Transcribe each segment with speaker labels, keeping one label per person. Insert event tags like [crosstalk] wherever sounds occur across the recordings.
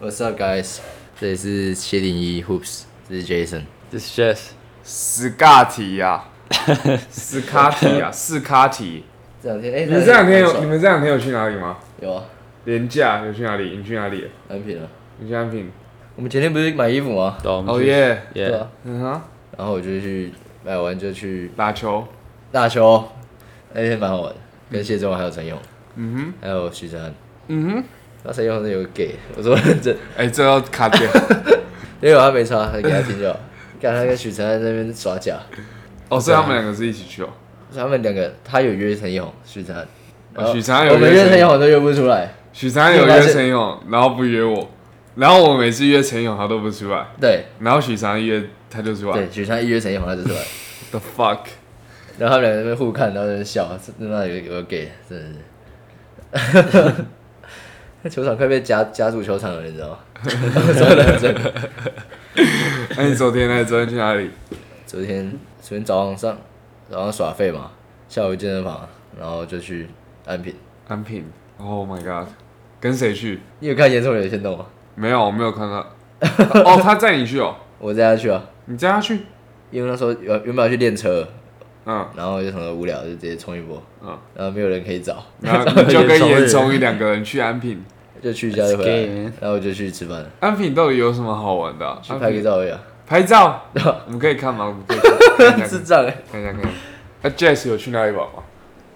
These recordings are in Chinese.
Speaker 1: What's up, guys？这里是七零一 Hoops，这是 Jason。
Speaker 2: This is Jess，
Speaker 3: 斯卡提呀，斯卡提呀，斯卡提。
Speaker 1: 这两天，哎、
Speaker 3: 你们这两天有你们这两天有去哪里吗？
Speaker 1: 有啊，
Speaker 3: 廉价有去哪里？你去哪里？
Speaker 1: 安平啊。
Speaker 3: 你去安平？
Speaker 1: 我们前天不是买衣服吗？
Speaker 2: 对啊，我们
Speaker 3: 哦
Speaker 2: 去
Speaker 3: 耶，
Speaker 1: 对
Speaker 2: Yeah，
Speaker 1: 啊。
Speaker 3: 嗯哼，
Speaker 1: 然后我就去买完就去
Speaker 3: 打球，
Speaker 1: 大修，那天蛮好玩的，跟谢宗还有陈勇，
Speaker 3: 嗯
Speaker 1: 还有徐哲安。
Speaker 3: 嗯
Speaker 1: 那陈勇是有个 gay，我说这，
Speaker 3: 哼，哎，这要卡 [laughs] 掉。
Speaker 1: 因为他没穿，给他
Speaker 3: [laughs]
Speaker 1: 听就好。看他跟许晨在那边耍假，
Speaker 3: 哦，所以他们两个是一起去哦。
Speaker 1: 他们两个他有约陈勇、许晨，然后
Speaker 3: 许晨有
Speaker 1: 我们
Speaker 3: 约
Speaker 1: 约
Speaker 3: 陈
Speaker 1: 陈勇都约不出来。
Speaker 3: 许昌有约陈勇，然后不约我，然后我每次约陈勇他都不出来，
Speaker 1: 对
Speaker 3: 然后许昌约他就出来。
Speaker 1: 对，许晨一约陈勇他就出来。
Speaker 3: The fuck？
Speaker 1: 然后他们两个在那边互看，然后在那边笑，真的有有 gay，真的是。那 [laughs] 球场快被夹夹足球场了，你知道吗？真的真的。
Speaker 3: 那你昨天呢？昨天去哪里？ [laughs]
Speaker 1: 昨天昨天早上上早上耍废嘛，下午健身房，然后就去安平。
Speaker 3: 安平。Oh my god！跟谁去？
Speaker 1: 你有看严重有限动吗？
Speaker 3: 没有，我没有看到。
Speaker 1: [laughs]
Speaker 3: 哦，他载你去哦，
Speaker 1: 我带他去啊，
Speaker 3: 你载他去。
Speaker 1: 因为那时候原原本要去练车，
Speaker 3: 嗯，
Speaker 1: 然后就想说无聊就直接冲一波，
Speaker 3: 嗯，
Speaker 1: 然后没有人可以找，
Speaker 3: 然
Speaker 1: [laughs]
Speaker 3: 后你就跟
Speaker 2: 严
Speaker 3: 严
Speaker 2: 聪
Speaker 3: 聪一两个人去安平。
Speaker 1: 就去一下就回来
Speaker 2: It's gay, man，
Speaker 1: 然后我就去吃饭了，
Speaker 3: 安平到底有什么好玩的啊、
Speaker 1: 去
Speaker 3: 安
Speaker 1: 拍个
Speaker 3: 平
Speaker 1: 照而已啊，
Speaker 3: 拍
Speaker 1: [laughs]
Speaker 3: 照，我们可以看吗？我们可以看看一下
Speaker 1: 智障哎、
Speaker 3: 看一下看一下。那、Jess 有去哪里玩吗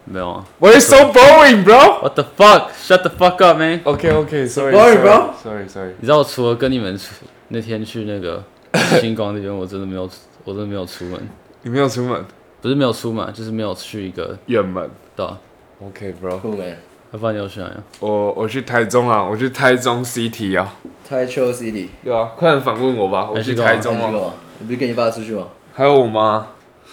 Speaker 2: 没有啊
Speaker 3: ？We're so boring, bro.
Speaker 2: What the fuck? Shut the fuck up, man！
Speaker 3: OK, OK, sorry,
Speaker 1: Boring,
Speaker 3: sorry,
Speaker 1: bro.
Speaker 3: sorry, sorry.
Speaker 2: 你知道除了跟你们出那天去
Speaker 3: [laughs]
Speaker 2: 那个星光那边，我真的没有，我真的没有出门，
Speaker 3: 你没有出门，
Speaker 2: 不是没有出门，啊就是没有去一个
Speaker 3: 远门。
Speaker 2: 到。
Speaker 3: OK, bro.
Speaker 1: 酷没？
Speaker 2: 要不然你要去哪啊呀？
Speaker 3: 我我去台中啊，我去台中 CT 啊。
Speaker 1: 太 chill city。
Speaker 3: 对啊，快点反问我吧。我去台中
Speaker 1: 你去
Speaker 3: 啊，
Speaker 1: 过吗？你不是跟你爸出去吗？
Speaker 3: 还有我妈，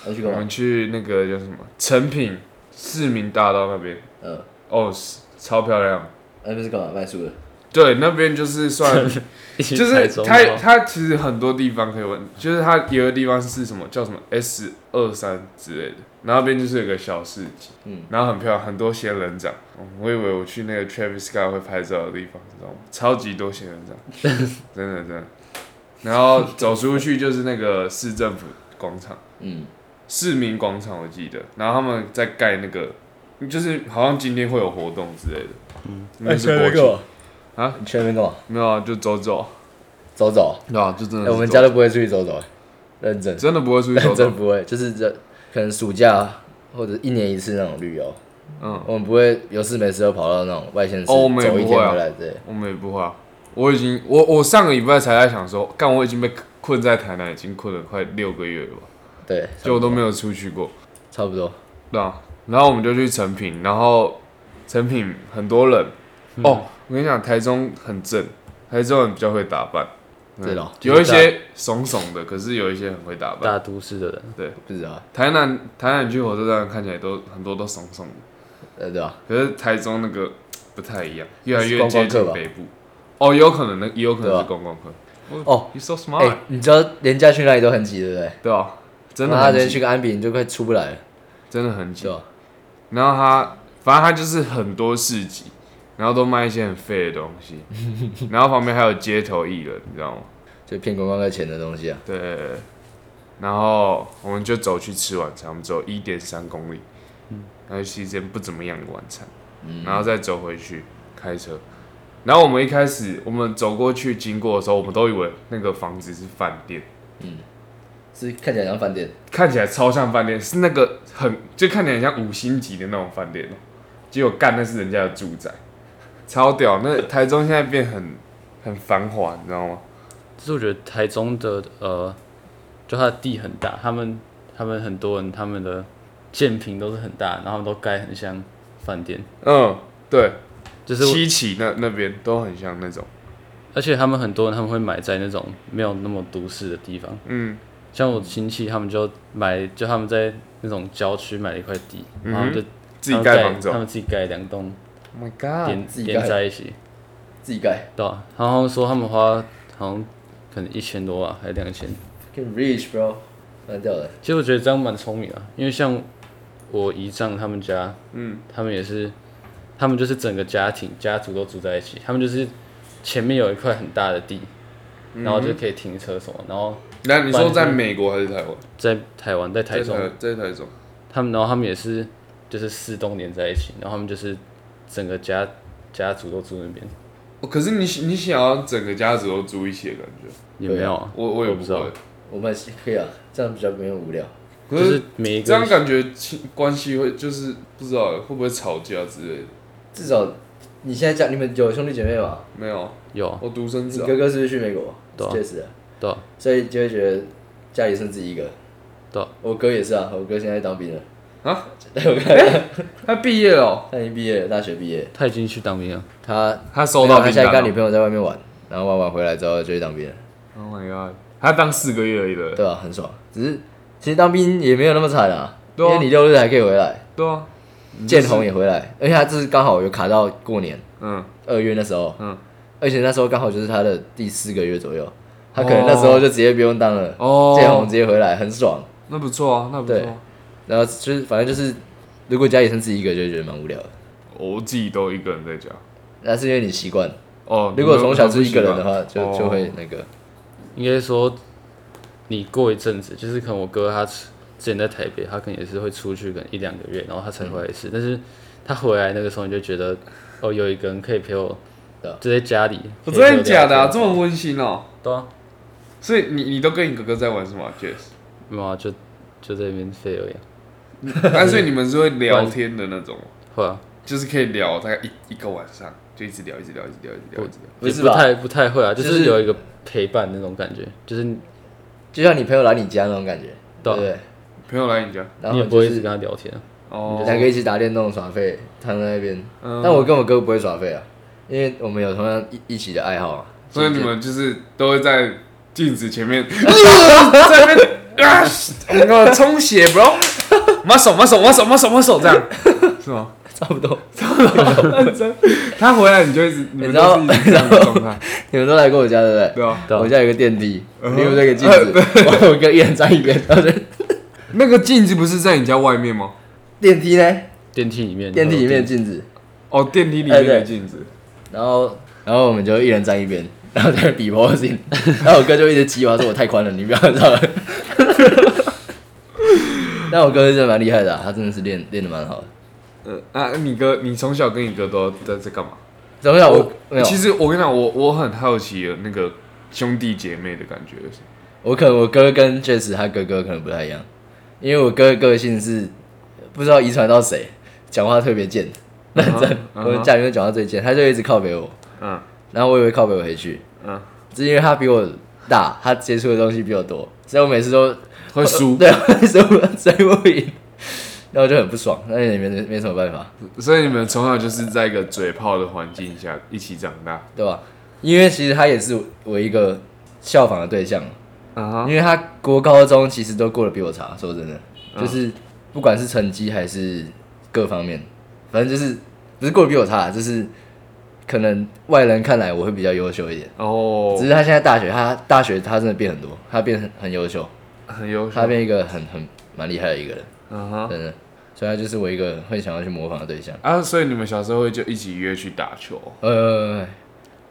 Speaker 1: 你去
Speaker 3: 我
Speaker 1: 过吗
Speaker 3: 们？去那个叫什么成品市民大道那边，
Speaker 1: 嗯，
Speaker 3: 哦，超漂亮。
Speaker 1: 那边是干嘛卖书的？
Speaker 3: 对，那边就是算就
Speaker 2: 一起台
Speaker 3: 是
Speaker 2: 中啊
Speaker 3: 它
Speaker 2: 吗
Speaker 3: 它其实很多地方可以玩，就是它有的地方是什么叫什么 S 二三之类的，然后那边就是有个小市集，
Speaker 1: 嗯
Speaker 3: 然后很漂亮，很多仙人掌。嗯我以为我去那个 Travis Scott 会拍照的地方，你知道吗？超级多仙人 [laughs] 掌，真的真的。然后走出去就是那个市政府广场。
Speaker 1: 嗯，
Speaker 3: 市民广场，我记得，然后他们在盖那个，就是好像今天会有活动之类的，嗯，
Speaker 1: 哎
Speaker 3: 那是国庆啊？
Speaker 1: 你去那边干嘛？
Speaker 3: 没有啊，就走走，
Speaker 1: 走走。
Speaker 3: 对啊，就真
Speaker 1: 哎、
Speaker 3: 的是走走、
Speaker 1: 我们家都不会出去走走、哎认
Speaker 3: [laughs]
Speaker 1: 真，
Speaker 3: 真的不会出去走
Speaker 1: 认真
Speaker 3: 走，
Speaker 1: 不会，就是这可能暑假或者一年一次那种旅游，
Speaker 3: 嗯，
Speaker 1: 我们不会有事没事就跑到那种外县市
Speaker 3: 哦我们也
Speaker 1: 走一
Speaker 3: 不会
Speaker 1: 天
Speaker 3: 啊
Speaker 1: 回来之类的。
Speaker 3: 我们也不会啊，我已经，我我上个礼拜才在想说，干，我已经被困在台南，已经困了快六个月了吧，
Speaker 1: 对，
Speaker 3: 就我都没有出去过，
Speaker 1: 差不多。
Speaker 3: 对啊，然后我们就去成品，然后成品很多人，
Speaker 1: 嗯
Speaker 3: 哦，我跟你讲，台中很正，台中人比较会打扮。嗯
Speaker 1: 对咯，
Speaker 3: 有一些怂怂的，可是有一些很会打扮。
Speaker 2: 大都市的人，
Speaker 1: 不知道，
Speaker 3: 台南台南去火车站看起来都很多都怂怂的，
Speaker 1: 呃，对吧？
Speaker 3: 可是台中那个不太一样，越来
Speaker 1: 是
Speaker 3: 越
Speaker 1: 观光
Speaker 3: 接
Speaker 1: 客
Speaker 3: 近
Speaker 1: 吧
Speaker 3: 北部。哦，有可能那也有可
Speaker 1: 对
Speaker 3: 能
Speaker 1: 啊
Speaker 3: 是观光客。
Speaker 1: 哦
Speaker 3: ，You so
Speaker 1: 哎、
Speaker 3: smart，
Speaker 1: 你知道廉价去哪里都很挤，对不对？
Speaker 3: 对啊，真的
Speaker 1: 然后他
Speaker 3: 很
Speaker 1: 直接去
Speaker 3: 挤，
Speaker 1: 个安平，你就快出不来了，
Speaker 3: 真的很
Speaker 1: 对
Speaker 3: 挤。
Speaker 1: 吧？
Speaker 3: 然后他反正他就是很多市集，然后都卖一些很废的东西，然后旁边还有街头艺人，你知道吗？
Speaker 1: 就骗观光客钱的东西啊。
Speaker 3: 对，然后我们就走去吃晚餐，我们走一点三公里，然后是一间不怎么样的晚餐，然后再走回去开车。然后我们一开始我们走过去经过的时候，我们都以为那个房子是饭店，
Speaker 1: 是看起来像饭店，
Speaker 3: 看起来超像饭店，是那个很就看起来很像五星级的那种饭店哦。结果干那是人家的住宅，超屌！那台中现在变很很繁华，你知道吗？
Speaker 2: 就是我觉得台中的呃，就它的地很大，他们他们很多人他们的建平都是很大，然后他们都盖很像饭店，
Speaker 3: 嗯，对，
Speaker 2: 就是我
Speaker 3: 七期那那边都很像那种，
Speaker 2: 而且他们很多人他们会买在那种没有那么都市的地方，
Speaker 3: 嗯。
Speaker 2: 像我亲戚他们就买，就他们在那种郊区买了一块地，
Speaker 3: 嗯哼
Speaker 2: 然后就
Speaker 3: 自己盖房子、
Speaker 2: 他
Speaker 3: 哦。
Speaker 2: 们自己盖两
Speaker 3: Oh
Speaker 2: 栋哦
Speaker 3: my god！
Speaker 2: 连
Speaker 1: 啊自己盖
Speaker 2: 连在一起，
Speaker 1: 自己盖，
Speaker 2: 对啊、然后他们说他们花好像可能一千多啊，还是两千。
Speaker 1: 更 rich bro，烂掉了。
Speaker 2: 其实我觉得这样蛮聪明的，因为像我姨丈他们家，嗯，他们也是，他们就是整个家庭家族都住在一起，他们就是前面有一块很大的地，
Speaker 3: 嗯
Speaker 2: 然后就可以停车什么，然后
Speaker 3: 那你说在美国还是台湾？
Speaker 2: 在台湾，在台
Speaker 3: 在
Speaker 2: 中，
Speaker 3: 台在台中，
Speaker 2: 他们然后他们也是就是四栋连在一起，然后他们就是整个家家族都住那边，
Speaker 3: 哦可是你你想要整个家族都住一起的感觉，
Speaker 2: 也
Speaker 1: 对啊
Speaker 2: 没有啊，
Speaker 3: 我我也
Speaker 2: 不知道
Speaker 3: 会，
Speaker 1: 我们是可以啊，这样比较没有无聊。
Speaker 3: 啊可
Speaker 2: 就是是每一
Speaker 3: 这样
Speaker 2: 个
Speaker 3: 感觉亲关系会就是不知道会不会吵架之类的。
Speaker 1: 至少你现在家你们有兄弟姐妹嘛？
Speaker 3: 没有，
Speaker 2: 有啊
Speaker 3: 我独生
Speaker 1: 你
Speaker 3: 子啊。
Speaker 1: 哥哥是不是去美国？
Speaker 2: 对啊
Speaker 1: 确实啊，
Speaker 2: 对啊
Speaker 1: 所以就会觉得家里剩自己一个。
Speaker 2: 对啊
Speaker 1: 我哥也是啊，我哥现在当兵了，
Speaker 3: 他毕业了哦，
Speaker 1: 他已经毕业了，大学毕业。
Speaker 2: 他已经去当兵了，
Speaker 1: 他
Speaker 3: 他收到
Speaker 1: 没有他
Speaker 3: 兵
Speaker 1: 现在
Speaker 3: 单
Speaker 1: 跟他女
Speaker 3: 了。
Speaker 1: 朋友在外面玩，然后玩完回来之后就去当兵了，
Speaker 3: Oh my god，他当四个月而已了。
Speaker 1: 对啊，很爽。只是其实当兵也没有那么惨啊，
Speaker 3: 对啊
Speaker 1: 因为你六日还可以回来，
Speaker 3: 对啊，
Speaker 1: 建宏也回来，而且他这是刚好有卡到过年
Speaker 3: 嗯，
Speaker 1: 二月那时候，
Speaker 3: 嗯，
Speaker 1: 而且那时候刚好就是他的第四个月左右，他可能那时候就直接不用当了，建宏
Speaker 3: 哦，
Speaker 1: 直接回来，很爽。
Speaker 3: 那不错啊，那不错
Speaker 1: 对
Speaker 3: 啊。
Speaker 1: 然后就是反正就是，如果家里剩自己一个，就会觉得蛮无聊的。
Speaker 3: 我自己都一个人在家。
Speaker 1: 那是因为你习惯，
Speaker 3: 哦，
Speaker 1: 如果
Speaker 3: 你们
Speaker 1: 从小
Speaker 3: 都不
Speaker 1: 是一个人的
Speaker 3: 习惯
Speaker 1: 话，就
Speaker 3: 哦
Speaker 1: 就会那个，
Speaker 2: 应该说你过一阵子，就是可能我哥他之前在台北，他可能也是会出去可能一两个月，然后他才回来一次，但是他回来那个时候你就觉得哦，有一个人可以陪我
Speaker 1: 对啊，
Speaker 2: 就在家里，
Speaker 3: 我真的假的啊？
Speaker 2: 可以
Speaker 3: 这么温馨哦。
Speaker 2: 陪我聊天对啊，
Speaker 3: 所以你你都跟你哥哥在玩什么 j e s
Speaker 1: [laughs]
Speaker 2: 没有啊，就就在那边飞而已啊，
Speaker 3: 但是啊你们是会聊天的那种吗，
Speaker 2: 会啊。
Speaker 3: 就是可以聊大概一一个晚上，就一直聊，一直聊，一直聊，一直聊，一直聊。
Speaker 1: 不
Speaker 2: 也
Speaker 1: 是
Speaker 2: 不
Speaker 1: 吧？
Speaker 2: 太不太会啊，就
Speaker 1: 就是
Speaker 2: 是有一个陪伴那种感觉，就是你
Speaker 1: 就像你朋友来你家那种感觉，对
Speaker 2: 对
Speaker 1: 不对？
Speaker 3: 朋友啊来你家
Speaker 1: 然后
Speaker 2: 你也不会
Speaker 1: 就
Speaker 2: 一直
Speaker 1: 是
Speaker 2: 跟他聊天啊，
Speaker 3: 哦，
Speaker 1: 两个一起打电动耍废，躺在那边。
Speaker 3: 嗯
Speaker 1: 但我跟我哥不会耍废啊，因为我们有同样一一起的爱好啊。 [laughs]
Speaker 3: 所以你
Speaker 1: 就
Speaker 3: 们就是都会在镜子前
Speaker 1: [laughs]
Speaker 3: 面，
Speaker 1: 哎
Speaker 3: [laughs] 在那边啊，那个充血，bro，马
Speaker 1: [laughs]
Speaker 3: 手马手马手马手马手这样，是
Speaker 1: [laughs]
Speaker 3: 吗？
Speaker 1: 差不多。
Speaker 3: 他回来你就一直，你们都是一直这样的状态，
Speaker 1: 你们都来过我家，对不对？
Speaker 3: 对啊。
Speaker 2: 对啊
Speaker 1: 我家有个电梯，里有那个镜 [laughs] 子，我哥一人站一边，然后就
Speaker 3: 那个镜子不是在你家外面吗？
Speaker 1: [laughs] 电梯呢，
Speaker 2: 电梯里面，
Speaker 1: 电梯里面的镜子，
Speaker 3: 哦，电梯里
Speaker 1: 哎
Speaker 3: 面
Speaker 1: 对
Speaker 3: 的镜子，
Speaker 1: 然后然后我们就一人站一边，然后在那比 posing，然后 [laughs] 我哥就一直激我说我太宽了，你不要 [laughs] 绕了。但我哥是真的蛮厉害的啊、他真的是练练的蛮好的。
Speaker 3: 呃，啊，你哥，你从小跟你哥都在在干嘛？
Speaker 1: 怎么样？哦我
Speaker 3: 我
Speaker 1: 没有，
Speaker 3: 其实我跟你讲，我我很好奇那个兄弟姐妹的感觉，
Speaker 1: 我可能我哥跟确实他哥哥可能不太一样，因为我哥的个性是不知道遗传到谁，讲话特别贱，认真。
Speaker 3: [laughs] 嗯哼
Speaker 1: 我家里面讲话最贱，他就一直靠北我，
Speaker 3: 嗯
Speaker 1: 然后我也会靠北回去，
Speaker 3: 嗯，
Speaker 1: 是因为他比我大，他接触的东西比我多，所以我每次都，
Speaker 3: 会输
Speaker 1: 呃对， [laughs] 所以我所以我赢，然后我就很不爽， [laughs] 那也没没什么办法，
Speaker 3: 所以你们从小就是在一个嘴炮的环境下一起长大，
Speaker 1: 对吧？因为其实他也是我一个效仿的对象，
Speaker 3: 啊哈，
Speaker 1: 因为他国高中其实都过得比我差，说真的，就是不管是成绩还是各方面，反正就是不是过得比我差，就是可能外人看来我会比较优秀一点。只
Speaker 3: 哦，
Speaker 1: 是他现在大学，他大学他真的变很多，他变很很优秀，
Speaker 3: 很优秀
Speaker 1: 他，变一个很很蛮厉害的一个人，
Speaker 3: 嗯哼，
Speaker 1: 真的。所以他就是我一个会想要去模仿的对象。
Speaker 3: 啊，所以你们小时候会就一起约去打球，
Speaker 1: 呃，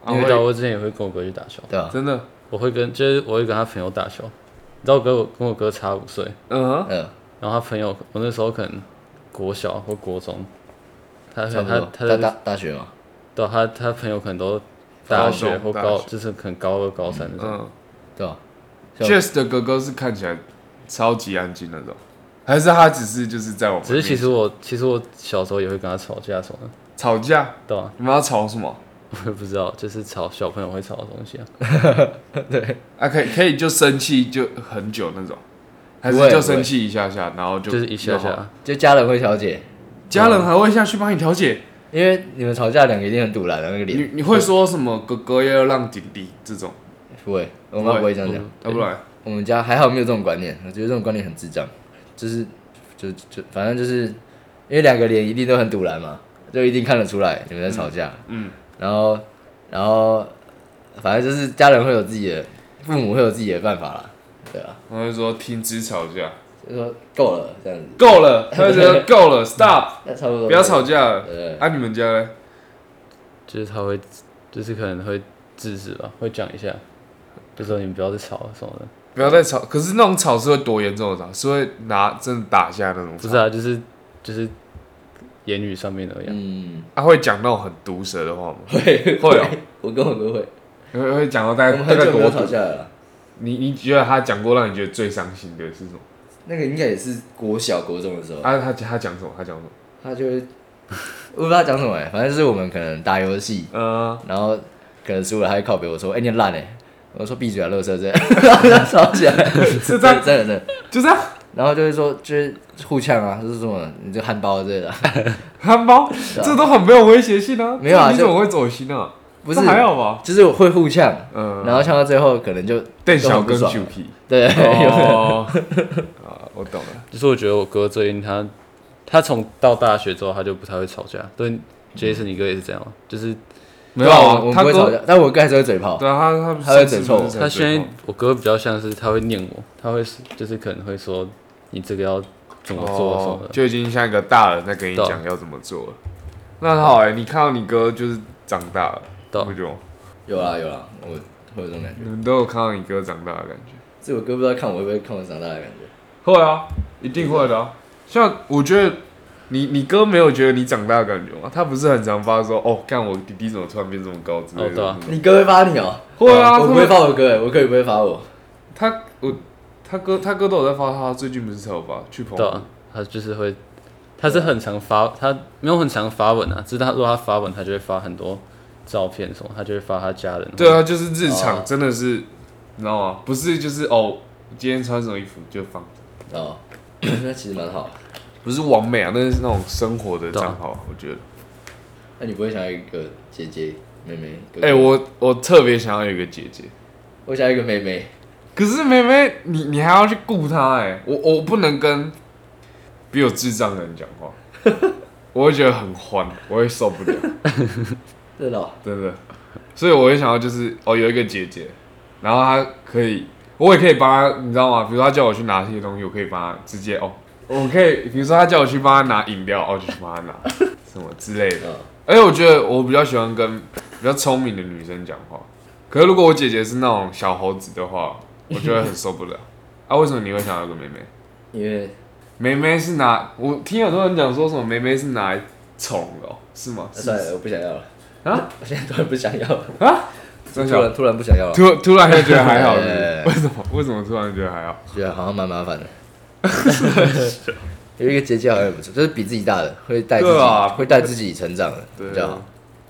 Speaker 3: 啊
Speaker 2: 因为
Speaker 3: 会
Speaker 2: 对啊我之前也会跟我哥去打球，
Speaker 1: 对啊吧？
Speaker 3: 真的，
Speaker 2: 我会跟就是我会跟他朋友打球，你知道我跟我跟我哥差五岁，
Speaker 3: 嗯哼，
Speaker 1: 嗯，
Speaker 2: 然后他朋友我那时候可能国小或国中，他
Speaker 1: 差
Speaker 2: 他
Speaker 1: 不多
Speaker 2: 他。
Speaker 1: 他
Speaker 2: 他在
Speaker 1: 大大学嘛，
Speaker 2: 对啊他他朋友可能都大学或
Speaker 3: 高中大
Speaker 2: 高
Speaker 3: 学
Speaker 2: 就是可能高二高三那种，
Speaker 3: 嗯
Speaker 1: 对啊吧？像我
Speaker 3: ，Jess 的哥哥是看起来超级安静那种，还是他只是就是在我们
Speaker 2: 只是其
Speaker 3: 面
Speaker 2: 实我其实我小时候也会跟他吵架什么的，
Speaker 3: 吵架，
Speaker 2: 对啊，
Speaker 3: 你们要吵什么？
Speaker 2: 我也不知道，就是吵小朋友会吵的东西啊。
Speaker 3: 啊，可以可以就生气就很久那种，还是
Speaker 1: 不会
Speaker 3: 就生气一下下，然后就
Speaker 2: 就是一下。
Speaker 3: 就好
Speaker 2: 下，
Speaker 1: 就家人会调解，
Speaker 3: 家人还会下去帮你调解，
Speaker 1: 因为你们吵架两个一定很堵然的那个脸
Speaker 3: 你。你会说什么哥哥要让弟弟这种，
Speaker 1: 不会，我妈不会这样讲。
Speaker 2: 嗯
Speaker 3: 要不然
Speaker 1: 我们家还好没有这种观念，我觉得这种观念很智障，就是就就反正就是因为两个脸一定都很堵然嘛，就一定看得出来你们在吵架。
Speaker 3: 嗯，
Speaker 1: 然后然后反正就是家人会有自己的，父母会有自己的办法啦，对啊，
Speaker 3: 我会说停止吵架，
Speaker 1: 就说够了这样子，
Speaker 3: 够了，他会觉得够了，stop，
Speaker 1: 那差不多
Speaker 3: 不要吵架了。
Speaker 1: 对。对对
Speaker 3: 啊，你们家嘞？
Speaker 2: 就是他会，就是可能会制止吧，会讲一下，就说你们不要再吵了什么的。
Speaker 3: 不要再吵。可是那种吵是会多严重的吵，是会拿真的打架那种吵。
Speaker 2: 不是啊，就是就是言语上面啊的呀。
Speaker 1: 嗯，
Speaker 3: 他、会讲那种很毒舌的话吗？
Speaker 1: 会
Speaker 3: 会哦，
Speaker 1: 我跟我哥会，
Speaker 3: 会会讲到大
Speaker 1: 我
Speaker 3: 概
Speaker 1: 们
Speaker 3: 大
Speaker 1: 很
Speaker 3: 概
Speaker 1: 久没
Speaker 3: 多
Speaker 1: 有吵
Speaker 3: 毒？
Speaker 1: 架了啦。
Speaker 3: 你你觉得他讲过让你觉得最伤心的是什么？
Speaker 1: 那个应该也是国小国中的时候，
Speaker 3: 啊，他他讲什么？他讲什么？
Speaker 1: 他就会我不知道讲什么哎、反正就是我们可能打游戏， [laughs]
Speaker 3: 呃，
Speaker 1: 然后可能输了，他就靠北我说：“哎、你很烂哎、我说：“闭嘴啊，乐色这样。” [laughs] 然后就吵起来，
Speaker 3: 是这
Speaker 1: 真的
Speaker 3: 样，
Speaker 1: 真的真的。
Speaker 3: 就这样。
Speaker 1: 然后就会说，就是互呛啊，就是什么你这汉堡
Speaker 3: [laughs]
Speaker 1: 之类的啊，
Speaker 3: 憨包，
Speaker 1: 啊
Speaker 3: 这都很没有威胁性啊！
Speaker 1: 没有啊
Speaker 3: 这你怎
Speaker 1: 就
Speaker 3: 么会走心啊？
Speaker 1: 不是
Speaker 3: 这，还好吧？
Speaker 1: 就是我会互呛，
Speaker 3: 嗯，
Speaker 1: 然后呛到最后可能就
Speaker 3: 邓小跟
Speaker 1: 都很
Speaker 3: 九
Speaker 1: 不爽
Speaker 3: P。
Speaker 1: 对， [laughs]
Speaker 3: 哦，啊，我懂了。
Speaker 2: 就是我觉得我哥最近他他从到大学之后他就不太会吵架。对，Jason，你哥也是这样吗？就是
Speaker 3: 没有
Speaker 1: 对啊
Speaker 3: 啊
Speaker 1: 我们
Speaker 3: 他
Speaker 1: 不会
Speaker 3: 哥
Speaker 1: 吵架，但我哥还是会嘴炮，
Speaker 3: 对啊，他他
Speaker 1: 他会整臭我
Speaker 2: 他现在我哥比较像是他会念我，他会就是可能会说你这个要怎么做什么
Speaker 3: 哦
Speaker 2: 的。
Speaker 3: 就已经像一个大人在跟你
Speaker 2: 对啊
Speaker 3: 讲要怎么做了。那很好哎，你看到你哥就是长大了，
Speaker 2: 对啊
Speaker 3: 不久，
Speaker 1: 有啊有啊，我会有这种感觉。
Speaker 3: 你们都有看到你哥长大的感觉。
Speaker 1: 这我哥不知道看我会不会看我长大的感觉，
Speaker 3: 会啊，一定会的啊。像我觉得你你哥没有觉得你长大的感觉吗？他不是很常发说哦，看我弟弟怎么突然变这么高之类
Speaker 2: 哦
Speaker 3: 的。
Speaker 2: 对啊
Speaker 1: 你哥会发你哦、
Speaker 3: 会啊，他
Speaker 1: 我不会
Speaker 3: 们
Speaker 1: 发我哥、欸，我哥也不会发我。
Speaker 3: 他我他哥他哥都有在发，他最近不是才有发去澎
Speaker 2: 对
Speaker 3: 湖。
Speaker 2: 啊，他就是会，他是很常发，他没有很常发文啊，只是他如果他发文，他就会发很多照片什么，他就会发他家人。
Speaker 3: 对啊，就是日常
Speaker 1: 哦
Speaker 3: 真的是，你知道吗？不是就是哦，今天穿什么衣服就放，
Speaker 1: 哦， [coughs] 那其实蛮好。
Speaker 3: 不是完美啊，那是那种生活的
Speaker 2: 对啊
Speaker 3: 账号，我觉得。
Speaker 1: 那你不会想要一个姐姐、妹妹？哥哥
Speaker 3: 哎、我我特别想要有一个姐姐，
Speaker 1: 我想要一个妹妹。
Speaker 3: 可是妹妹，你你还要去顾她哎、我我不能跟比我智障的人讲
Speaker 2: [laughs]
Speaker 3: 话，我会觉得很欢，我会受不了，
Speaker 1: 真的、哦，
Speaker 3: 真的。所以我会想要就是哦，有一个姐姐，然后她可以，我也可以帮她，你知道吗？比如说她叫我去拿这些东西，我可以帮她直接哦，我可以，比如说她叫我去帮她拿饮料，哦，就去帮她
Speaker 2: [laughs]
Speaker 3: 拿什么之类的。
Speaker 1: 嗯，
Speaker 3: 而且我觉得我比较喜欢跟比较聪明的女生讲话，可是如果我姐姐是那种小猴子的话，我觉得很受
Speaker 2: [laughs]
Speaker 3: 不了。啊，为什么你会想要有个妹妹？
Speaker 1: 因为
Speaker 3: 妹妹是拿我听很多人讲说什么妹妹是拿来宠的、哦，是吗？是
Speaker 1: 算了，我不想要了。
Speaker 3: 啊，
Speaker 1: 我 [laughs] 现在突然不想要了，
Speaker 3: 啊，
Speaker 1: 突
Speaker 3: 真小
Speaker 1: 然突然不想要了，
Speaker 3: 突突然就觉得还好是不是
Speaker 1: [laughs] 哎
Speaker 3: 为什么？为什么突然觉得还好？
Speaker 1: 觉得好像蛮
Speaker 3: [laughs]
Speaker 1: 麻烦的。有一个姐姐好像也不错，就是比自己大的，会带自己，
Speaker 3: 对啊
Speaker 1: 会带自己成长的，
Speaker 3: 对
Speaker 1: 比较好
Speaker 3: 啊。，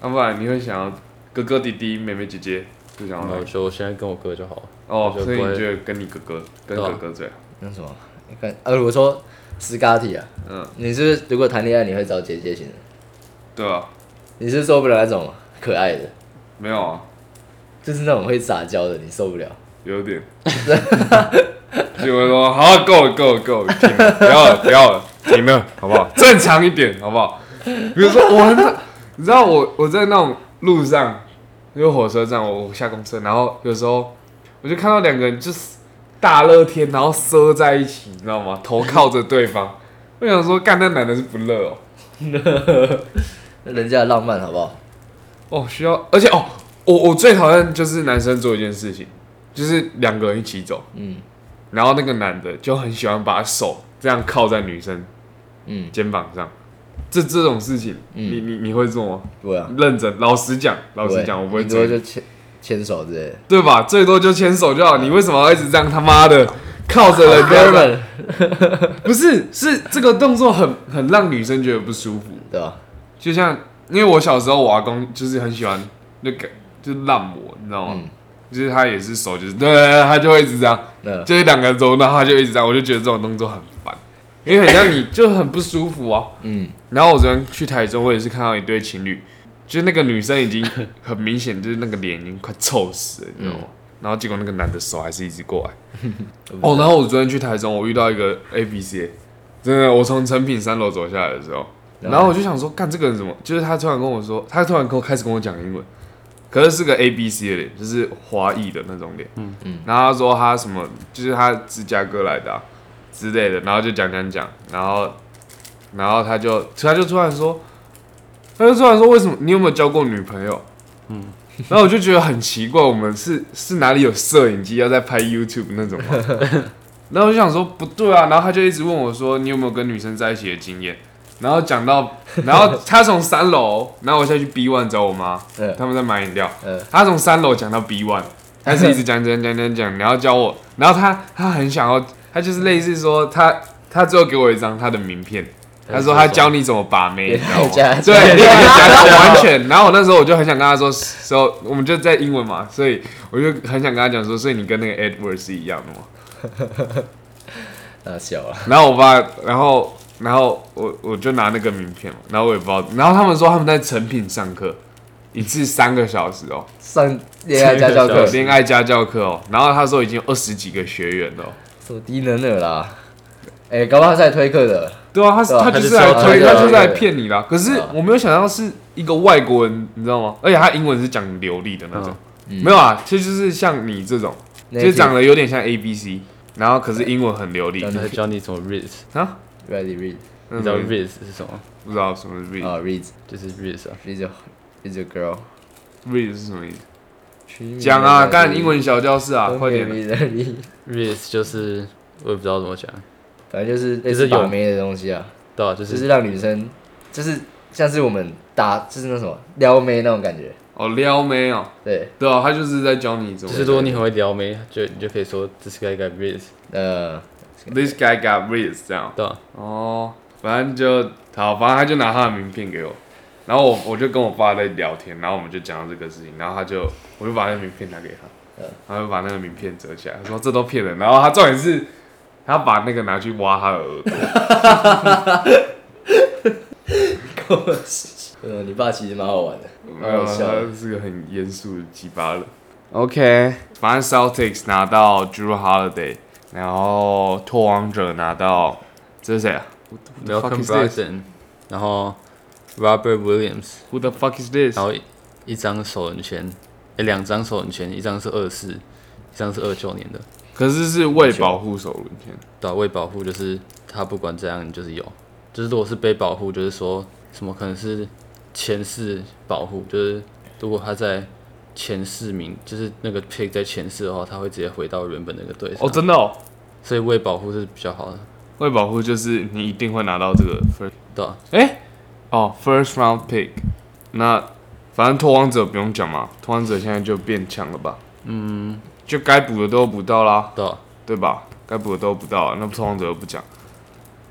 Speaker 3: 要、不然你会想要哥哥弟弟、妹妹姐姐，就想
Speaker 2: 然
Speaker 3: 要
Speaker 2: 后
Speaker 3: 哪
Speaker 2: 我
Speaker 3: 一个
Speaker 2: 就我现在跟我哥就好了。
Speaker 3: 哦
Speaker 2: 嗯我，就
Speaker 3: 所以
Speaker 2: 不
Speaker 3: 你
Speaker 2: 会
Speaker 3: 觉得跟你哥哥跟
Speaker 2: 对啊
Speaker 3: 哥哥最好？
Speaker 1: 那什么，你看，呃、啊，我说斯卡体啊，
Speaker 3: 嗯，
Speaker 1: 你是不是如果谈恋爱你会找姐姐型的？
Speaker 3: 对啊，
Speaker 1: 你是受不了那种可爱的，
Speaker 3: 没有啊，
Speaker 1: 就是那种会撒娇的，你受不了。
Speaker 3: 有点，就会说好，够了，够了，够了，停了，不要了，不要了，停了，好不好？正常一点，好不好？比如说我很，你知道我我在那种路上，因为火车站，我我下公车，然后有时候我就看到两个人就是大热天，然后塞在一起，你知道吗？头靠着对方，我想说，干那男的是不热哦，
Speaker 1: 那人家的浪漫好不好？
Speaker 3: 哦，需要，而且哦，我我最讨厌就是男生做一件事情，就是两个人一起走。
Speaker 1: 嗯
Speaker 3: 然后那个男的就很喜欢把手这样靠在女生
Speaker 1: 嗯，
Speaker 3: 肩膀上，这这种事情，
Speaker 1: 嗯
Speaker 3: 你你你会做吗？
Speaker 1: 对啊，
Speaker 3: 认真，老实讲，老实讲，我不会
Speaker 1: 顶多
Speaker 3: 做，
Speaker 1: 就牵牵手之
Speaker 3: [laughs]
Speaker 1: 类的。
Speaker 3: 对吧？最多就牵手就好，你为什么要一直这样他妈的靠着人
Speaker 1: 不
Speaker 3: 家
Speaker 1: 要
Speaker 3: 呢？
Speaker 1: 冷，
Speaker 3: [laughs] 不是，是这个动作很很让女生觉得不舒服。
Speaker 1: 对吧？
Speaker 3: 就像因为我小时候我阿公就是很喜欢那个就是烂我，你知道吗？
Speaker 1: 嗯
Speaker 3: 就是他也是手就是对对，对他就会一直这样。
Speaker 1: 那
Speaker 3: 就是两个钟，然后他就一直这样，我就觉得这种动作很烦，因为很像你就很不舒服啊。
Speaker 1: 嗯，
Speaker 3: 然后我昨天去台中，我也是看到一对情侣，就是那个女生已
Speaker 1: [laughs]
Speaker 3: 经很明显就是那个脸已经快臭死了，你
Speaker 1: 嗯
Speaker 3: 知道吗？然后结果那个男的手还是一直过来。
Speaker 1: [laughs]
Speaker 3: 哦，然后我昨天去台中，我遇到一个 A B C，真的，我从成品三楼走下来的时候，
Speaker 1: 然后
Speaker 3: 然后我就想说，干这个人怎么？就是他突然跟我说，他突然跟我开始跟我讲英文，可是是个 A B C 的脸，就是华裔的那种脸。嗯嗯。然后他说他什么，就是他芝加哥来的、啊、之类的，然后就讲讲讲，然后然后他就他就突然说，他就突然说为什么你有没有交过女朋友？嗯。然后我就觉得很奇怪，我们是是哪里有摄影机要在拍 YouTube 那种吗？然后我就想说不对啊，然后他就一直问我说你有没有跟女生在一起的经验？然后讲到，然后他从三楼，然后我下去 B one 找我妈，
Speaker 1: 嗯
Speaker 3: 他们在买饮料，
Speaker 1: 嗯
Speaker 3: 他从三楼讲到 B one，他是一直讲讲讲讲讲，然后教我，然后他他很想要，他就是类似说他他最后给我一张他的名片，他说他教你怎么把妹，你知道
Speaker 1: 恋爱家
Speaker 3: 吗？
Speaker 1: 教
Speaker 3: 对，恋爱家教完全。然后我那时候我就很想跟他说，说我们就在英文嘛，所以我就很想跟他讲说，所以你跟那个 Edward 是一样的嘛。
Speaker 1: 那小啊，
Speaker 3: 然后我爸，然后然后我我就拿那个名片嘛，然后我也不知道，然后他们说他们在成品上课，一次三个小时哦，
Speaker 1: 上恋爱家教课
Speaker 2: 对，
Speaker 3: 恋爱家教课哦，然后他说已经有二十几个学员了哦。
Speaker 1: 什么低能儿啦？哎、搞不好他是来推课的，
Speaker 3: 对啊，他是
Speaker 1: 对啊
Speaker 3: 他
Speaker 1: 他
Speaker 3: 就
Speaker 2: 就是
Speaker 3: 来
Speaker 2: 是要
Speaker 3: 推，
Speaker 2: 推
Speaker 3: 他
Speaker 2: 销
Speaker 3: 就是
Speaker 1: 这个
Speaker 3: 来骗你啦。可是
Speaker 1: 对啊
Speaker 3: 我没有想到是一个外国人，你知道吗？而且他英文是讲流利的那种，
Speaker 1: 嗯
Speaker 3: 没有啊，其实就是像你这种，
Speaker 1: 那
Speaker 3: 就长得有点像 A B C，然后可是英文很流利
Speaker 1: 对
Speaker 2: 然后他教你怎么 read，
Speaker 3: 啊。
Speaker 1: ready read
Speaker 3: 你
Speaker 2: 你知道 read 是什么吗？
Speaker 3: 不知道什么是 read
Speaker 1: 啊、read
Speaker 2: 就是 read 啊，
Speaker 1: read a read a girl
Speaker 3: read 是什么意思？
Speaker 1: 取名
Speaker 3: 讲啊，
Speaker 1: 为
Speaker 3: 干
Speaker 1: read
Speaker 3: 英文小教室啊，
Speaker 1: 分
Speaker 3: 快
Speaker 1: 别
Speaker 3: 点啊！
Speaker 1: read and read
Speaker 2: ，read 就是我也不知道怎么讲，
Speaker 1: 反正就是类
Speaker 2: 就
Speaker 1: 似
Speaker 2: 是有
Speaker 1: 把妹的东西啊，
Speaker 2: 对啊，
Speaker 1: 就
Speaker 2: 就
Speaker 1: 是是让女生，就是像是我们打，就是那什么撩妹那种感觉，
Speaker 3: 哦，撩妹哦，
Speaker 1: 对，
Speaker 3: 对啊，他就是在教你怎
Speaker 2: 就
Speaker 3: 么
Speaker 2: 是。如果你很会撩妹，就你就可以说 this guy got read，
Speaker 3: [laughs]
Speaker 1: 呃，
Speaker 3: This guy got read 这样
Speaker 2: 对啊，
Speaker 3: 哦，反正就好，反正他就拿他的名片给我，然后我我就跟我爸在聊天，然后我们就讲到这个事情，然后他就我就把那个名片拿给他
Speaker 1: 嗯，
Speaker 3: 他就把那个名片折起来，他说这都骗人，然后他重点是他把那个拿去挖他的耳朵，
Speaker 1: [laughs] 呃，你爸其实蛮好玩的，蛮
Speaker 3: 呃
Speaker 1: 好笑的，
Speaker 3: 他是个很严肃的鸡巴人。OK，反正 Celtics 拿到 Drew Holiday，然后拓王者拿到这是谁啊 fuck
Speaker 2: Malcolm
Speaker 3: is
Speaker 2: Brogdon，然后 Robert Williams，
Speaker 3: ？Who the fuck is this？
Speaker 2: 然后一一张首轮签，哎，两张首轮签，一张是二四，一张是二九年的，
Speaker 3: 可是是为保护首轮签。
Speaker 2: 对啊，为保护就是他不管怎样，你就是有，就是如果是被保护，就是说什么可能是前四保护，就是如果他在前四名，就是那个 pick 在前四的话，他会直接回到原本那个队上，
Speaker 3: 哦，真的哦，
Speaker 2: 所以为保护是比较好的，
Speaker 3: 为保护就是你一定会拿到这个 first
Speaker 2: 对啊，
Speaker 3: 哎、哦 first round pick，那反正拓荒者不用讲嘛，拓荒者现在就变强了吧？嗯，就该补的都补到啦，
Speaker 2: 对啊，
Speaker 3: 对吧？该补的都补到了，那拓荒者又不讲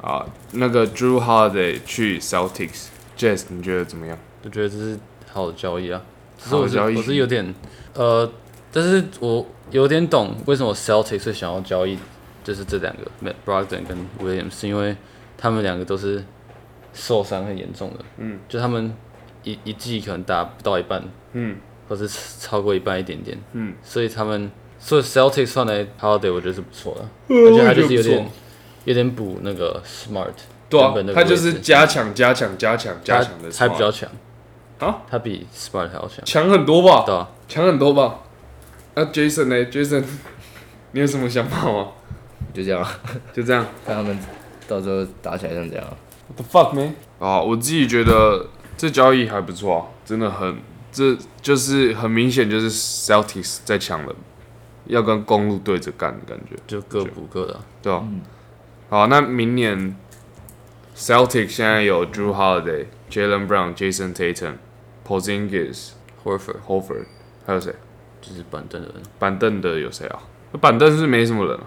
Speaker 3: 啊。那个 Drew Holiday 去 Celtics，Jazz 你觉得怎么样？
Speaker 2: 我觉得这是好的交易啊。只是
Speaker 3: 好的
Speaker 2: 我是
Speaker 3: 交易
Speaker 2: 我是有点呃，但是我有点懂为什么 Celtics 会想要交易，就是这两个 Matt Brogdon 跟 Williams，是因为他们两个都是受伤很严重的，嗯，就他们一一季可能打不到一半，
Speaker 3: 嗯，
Speaker 2: 或是超过一半一点点，
Speaker 3: 嗯，
Speaker 2: 所以他们所以 Celtics 算来 Holiday 我觉得是不错的，
Speaker 3: 呃
Speaker 2: 而且他就是有点有点补那个 Smart，
Speaker 3: 对啊
Speaker 2: 原本那，个
Speaker 3: 他就
Speaker 2: 位置
Speaker 3: 是加强、加强、加强、加
Speaker 2: 他
Speaker 3: 强的，
Speaker 2: 他比较强
Speaker 3: 啊，哦
Speaker 2: 他比 Smart 还要强，
Speaker 3: 强很多吧？
Speaker 2: 对啊。
Speaker 3: 强很多吧？那 Jason 呢？Jason，你有什么想法吗？
Speaker 1: 就这样啊，
Speaker 3: 就这样。
Speaker 1: 看他们到时候打起来像这样啊，
Speaker 3: What the fuck man？啊，我自己觉得这交易还不错啊，真的很，这就是很明显就是 Celtics 在抢了，要跟公路对着干的感觉，
Speaker 2: 就各补各的啊。
Speaker 3: 对吧、好，那明年 Celtics 现在有 Drew Holiday、Jalen Brown、Jason Tatum、Porzingis、
Speaker 2: Horford
Speaker 3: Horford，还有谁？
Speaker 2: 就是板凳的人，
Speaker 3: 板凳的有谁啊？板凳是没什么人啊。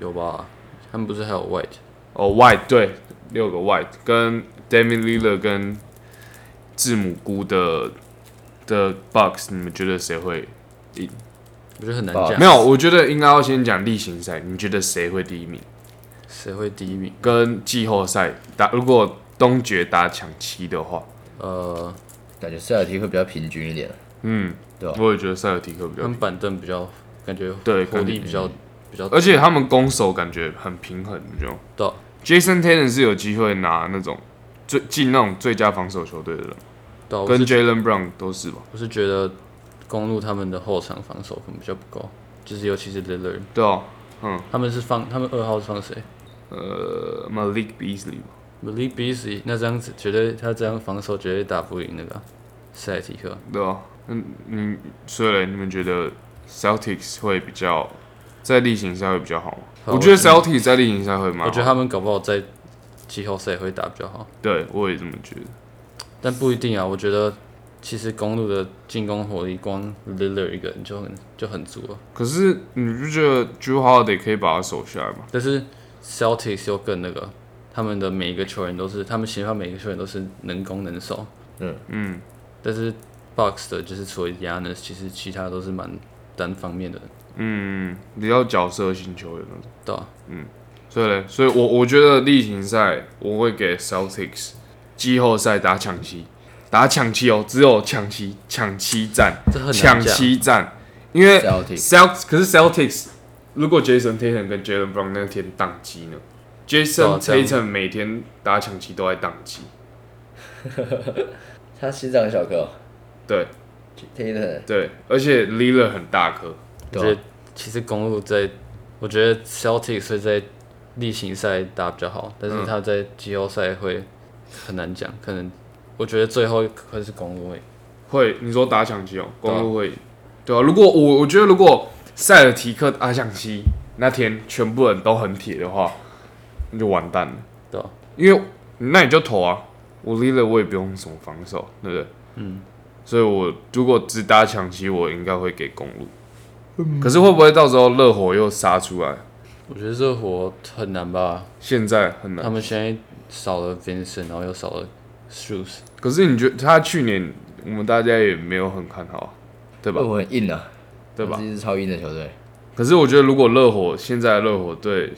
Speaker 2: 有吧？他们不是还有 White？
Speaker 3: 哦，White 对，六个 White 跟 Damian Lillard 跟字母菇的的 Bucks，你们觉得谁会赢？
Speaker 2: 我觉得很难
Speaker 1: 不好
Speaker 2: 讲。
Speaker 3: 啊没有，我觉得应该要先讲例行赛，你觉得谁会第一名？
Speaker 2: 谁会第一名？
Speaker 3: 跟季后赛打，如果东决打抢七的话，
Speaker 2: 呃，
Speaker 1: 感觉塞尔提会比较平均一点啊，
Speaker 3: 嗯，
Speaker 1: 对啊
Speaker 3: 我也觉得塞尔提克比
Speaker 2: 他
Speaker 3: 较
Speaker 2: 们
Speaker 3: 低，
Speaker 2: 板凳比较感觉
Speaker 3: 对
Speaker 2: 火力比较比较，
Speaker 3: 而且他们攻守感觉很平衡，你觉得吗
Speaker 2: 对啊
Speaker 3: Jason Tatum 是有机会拿那种最进那种最佳防守球队的人吗，
Speaker 2: 对啊，我
Speaker 3: 跟
Speaker 2: 是
Speaker 3: Jalen Brown 都是吧？
Speaker 2: 我是觉得公路他们的后场防守可能比较不够，就是尤其是 Lillard，
Speaker 3: 对啊，
Speaker 2: 他们是放他们二号是放谁
Speaker 3: 呃，Malik Beasley 吧。
Speaker 2: ？Malik Beasley 那这样子绝对他这样防守绝对打不赢那个啊，塞尔提克。
Speaker 3: 对吧？嗯，你所以嘞你们觉得 Celtics 会比较在例行赛会比较好吗？
Speaker 2: 好
Speaker 3: 我觉得
Speaker 2: 我觉得
Speaker 3: Celtics 在例行赛会蛮好，
Speaker 2: 我觉得他们搞不好在季后赛会打比较好，
Speaker 3: 对我也这么觉得。
Speaker 2: 但不一定啊。我觉得其实公路的进攻火力光 l i l l a r 一个人就很就很足了，
Speaker 3: 可是你不觉得 Drew Holiday 可以把他守下来吗？
Speaker 2: 但是 Celtics 又更那个，他们的每一个球员都是，他们喜欢每一个球员都是能攻能守。
Speaker 3: 嗯，
Speaker 2: 但是 Box 的就是除了 Yanis，其实其他都是蛮单方面的，
Speaker 3: 嗯，比较角色型球员那种。
Speaker 2: 对啊
Speaker 3: 所以嘞，所以我我觉得例行赛我会给 Celtics，季后赛打抢七，打抢七哦，只有抢七，抢七战，
Speaker 2: 这很难
Speaker 3: 抢
Speaker 2: 讲。
Speaker 3: 七战，因为
Speaker 1: Celtics
Speaker 3: Celt 可是 Celtics 如果 Jason Tatum 跟 Jalen Brown 那天宕机呢？Jason
Speaker 2: 啊这样
Speaker 3: Tatum 每天打抢七都在宕机，
Speaker 1: 他心脏很小颗、哦，
Speaker 3: 对
Speaker 1: 听的
Speaker 3: 对，而且 l i l a 很大颗，
Speaker 2: 我
Speaker 1: 对
Speaker 2: 觉
Speaker 1: 啊
Speaker 2: 得其实公路在，我觉得 Celtics 会在例行赛打比较好，但是他在季后赛会很难讲，可能我觉得最后会是公路欸会。
Speaker 3: 会你说打抢七哦，
Speaker 2: 对啊
Speaker 3: 公路会，对啊，如果我我觉得如果塞尔提克打抢七那天全部人都很铁的话，那就完蛋了，
Speaker 2: 对啊
Speaker 3: 因为那你就投啊，我 l i l a 我也不用什么防守，对不对？
Speaker 2: 嗯，
Speaker 3: 所以我如果只打抢七，我应该会给公路。
Speaker 2: 嗯
Speaker 3: 可是会不会到时候热火又杀出来？
Speaker 2: 我觉得热火很难吧，
Speaker 3: 现在很
Speaker 2: 他
Speaker 3: 难。
Speaker 2: 们现在少了 Vincent，然后又少了 Shoes，
Speaker 3: 可是你觉得他去年我们大家也没有很看好，啊对吧
Speaker 1: 热？火很硬啊，
Speaker 3: 对吧
Speaker 1: 这？支超硬的球队，
Speaker 3: 可是我觉得如果热火现在的热火对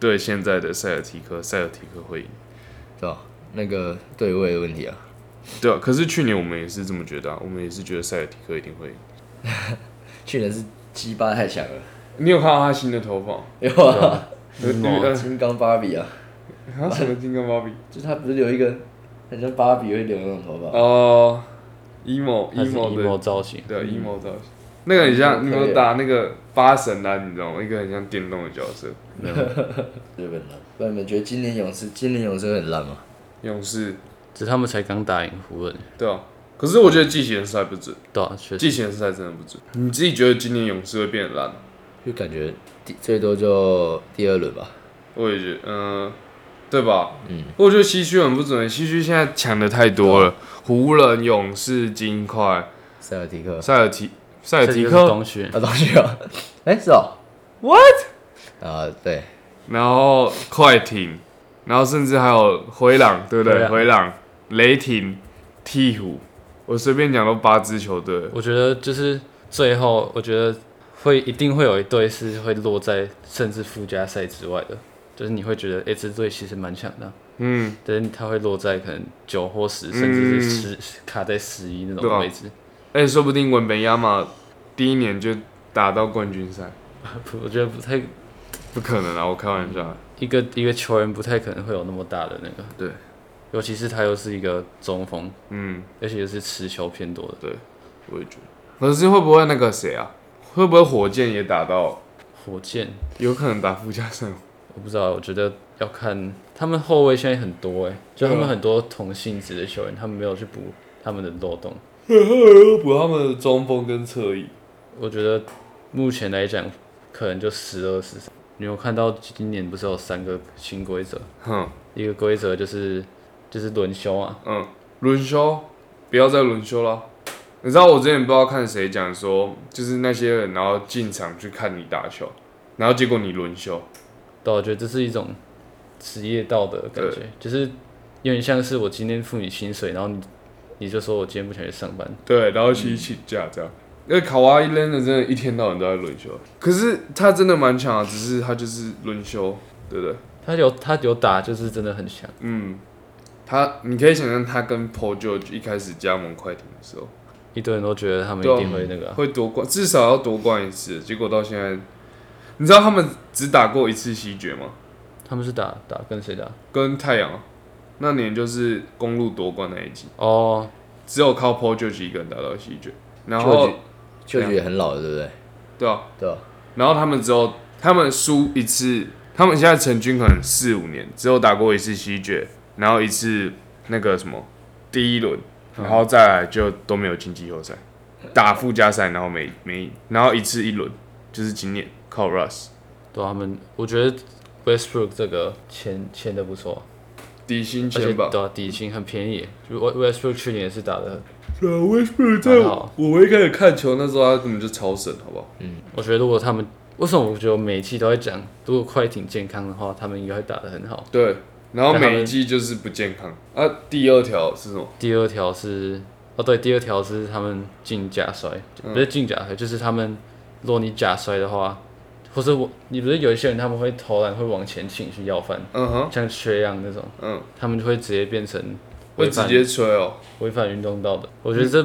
Speaker 3: 对现在的塞尔提克，塞尔提克会赢，
Speaker 1: 对吧？那个对位的问题啊，
Speaker 3: 对啊。可是去年我们也是这么觉得、啊，我们也是觉得塞尔提克一定会赢。
Speaker 1: 去年是鸡巴太强了，
Speaker 3: 你有看到他新的头发？
Speaker 1: 有啊，
Speaker 3: 呃
Speaker 2: 什么
Speaker 3: 呃
Speaker 1: 金刚芭比啊，
Speaker 3: 啊什么金刚芭比？
Speaker 1: 就是他不是留一个很像芭比会留那种头发，
Speaker 3: 哦，emo
Speaker 2: 还是
Speaker 3: emo 的
Speaker 2: emo 造型。
Speaker 3: 对，emo 造型，那个很像你们打那个八神篮，你知道吗？一个很像电动的角色，
Speaker 1: 日本的。不然你们觉得今年勇士，今年勇士会很烂吗？
Speaker 3: 勇士，
Speaker 2: 只是他们才刚打赢湖人，
Speaker 3: 对啊。可是我觉得季前赛不准，
Speaker 2: 对啊，确实。
Speaker 3: 季前赛真的不准。你自己觉得今年勇士会变烂？
Speaker 1: 就感觉第最多就第二轮吧。
Speaker 3: 我也觉得，嗯、对吧？嗯，啊我觉得西区很不准，西区现在抢的太多了，湖人、勇士、金块、
Speaker 1: 塞尔提克啊，
Speaker 3: 塞尔提、塞尔提
Speaker 2: 这就是
Speaker 3: 克，
Speaker 2: 东区，
Speaker 1: 东区 [laughs] 啊，哎、是哦，What？啊，对，
Speaker 3: 然后快艇，然后甚至还有灰狼，对不
Speaker 2: 灰
Speaker 3: 对？啊
Speaker 2: 狼
Speaker 3: 灰狼、雷霆、鹈鹕，我随便讲都八支球队了。
Speaker 2: 我觉得就是最后，我觉得会一定会有一队是会落在甚至附加赛之外的，就是你会觉得诶，这队其实蛮强的，啊
Speaker 3: 嗯，
Speaker 2: 但是他会落在可能九或十，甚至是十卡在十一那
Speaker 3: 嗯对啊
Speaker 2: 种位置，
Speaker 3: 哎、说不定文本亚马第一年就打到冠军赛，
Speaker 2: 不我觉得不太
Speaker 3: 不可能啊！我开玩笑。
Speaker 2: 一个一个球员不太可能会有那么大的那个，
Speaker 3: 对，
Speaker 2: 尤其是他又是一个中锋，
Speaker 3: 嗯，
Speaker 2: 而且又是持球偏多的，
Speaker 3: 我也觉得。可是会不会那个谁啊？会不会火箭也打到？
Speaker 2: 火箭
Speaker 3: 有可能打附加赛吗。
Speaker 2: 我不知道，我觉得要看他们后卫现在很多哎、就他
Speaker 3: 对
Speaker 2: 们
Speaker 3: 啊
Speaker 2: 很多同性质的球员，他们没有去补他们的漏洞。
Speaker 3: 补他们的中锋跟侧翼。
Speaker 2: 我觉得目前来讲，可能就十二十三。你有看到今年不是有三个新规则？
Speaker 3: 哼，
Speaker 2: 一个规则就是就是轮休啊，
Speaker 3: 嗯，轮休，不要再轮休了。你知道我之前不知道看谁讲说，就是那些人然后进场去看你打球，然后结果你轮休。
Speaker 2: 对啊，我觉得这是一种职业道德的感觉，就是有点像是我今天付你薪水，然后你你就说我今天不想去上班，
Speaker 3: 对，然后去请假这样。因为卡哇伊扔的真的一天到晚都在轮休，可是他真的蛮强啊的，只是他就是轮休，对不对？
Speaker 2: 他有他有打就是真的很强，
Speaker 3: 嗯，他你可以想象他跟 Paul George 一开始加盟快艇的时候，
Speaker 2: 一堆人都觉得他们
Speaker 3: 对啊
Speaker 2: 一定会那个啊、
Speaker 3: 会夺冠，至少要夺冠一次，结果到现在，你知道他们只打过一次西决吗？
Speaker 2: 他们是打打跟谁打？
Speaker 3: 跟太阳啊那年就是公路夺冠那一季，
Speaker 2: 哦，
Speaker 3: 只有靠 Paul George 一个人打到西决，然后
Speaker 1: George- 就觉得也很老了，对不对？
Speaker 3: 对啊，
Speaker 1: 对吧、
Speaker 3: 然后他们只有他们输一次，他们现在成军可能四五年，只有打过一次西决，然后一次那个什么第一轮，然后再来就都没有进季后赛，打附加赛，然后每每然后一次一轮，就是今年靠 Russ
Speaker 2: 对啊他们，我觉得 Westbrook 这个签签的不错，啊
Speaker 3: 底薪
Speaker 2: 而且
Speaker 3: 签吧。
Speaker 2: 对、啊、底薪很便宜，就 West- Westbrook 去年也是打的，
Speaker 3: 对啊，Westbrook 在
Speaker 2: 还好
Speaker 3: 我一开始看球那时候，他根本就超神，好不好？
Speaker 2: 我觉得如果他们为什么我觉得我每一季都会讲，如果快艇健康的话，他们应该会打得很好。
Speaker 3: 对，然后
Speaker 2: 但他们
Speaker 3: 每一季就是不健康啊。第二条是什么？
Speaker 2: 第二条是哦，对，第二条是他们进假摔，不是进假摔，就是他们如果你假摔的话，或是我你不是有一些人他们会投篮会往前倾去要饭，
Speaker 3: 嗯哼，
Speaker 2: 像缺氧那种，
Speaker 3: 嗯，
Speaker 2: 他们就会直接变成
Speaker 3: 会
Speaker 2: 违
Speaker 3: 直
Speaker 2: 反
Speaker 3: 接吹哦。
Speaker 2: 违反运动道德。我觉得这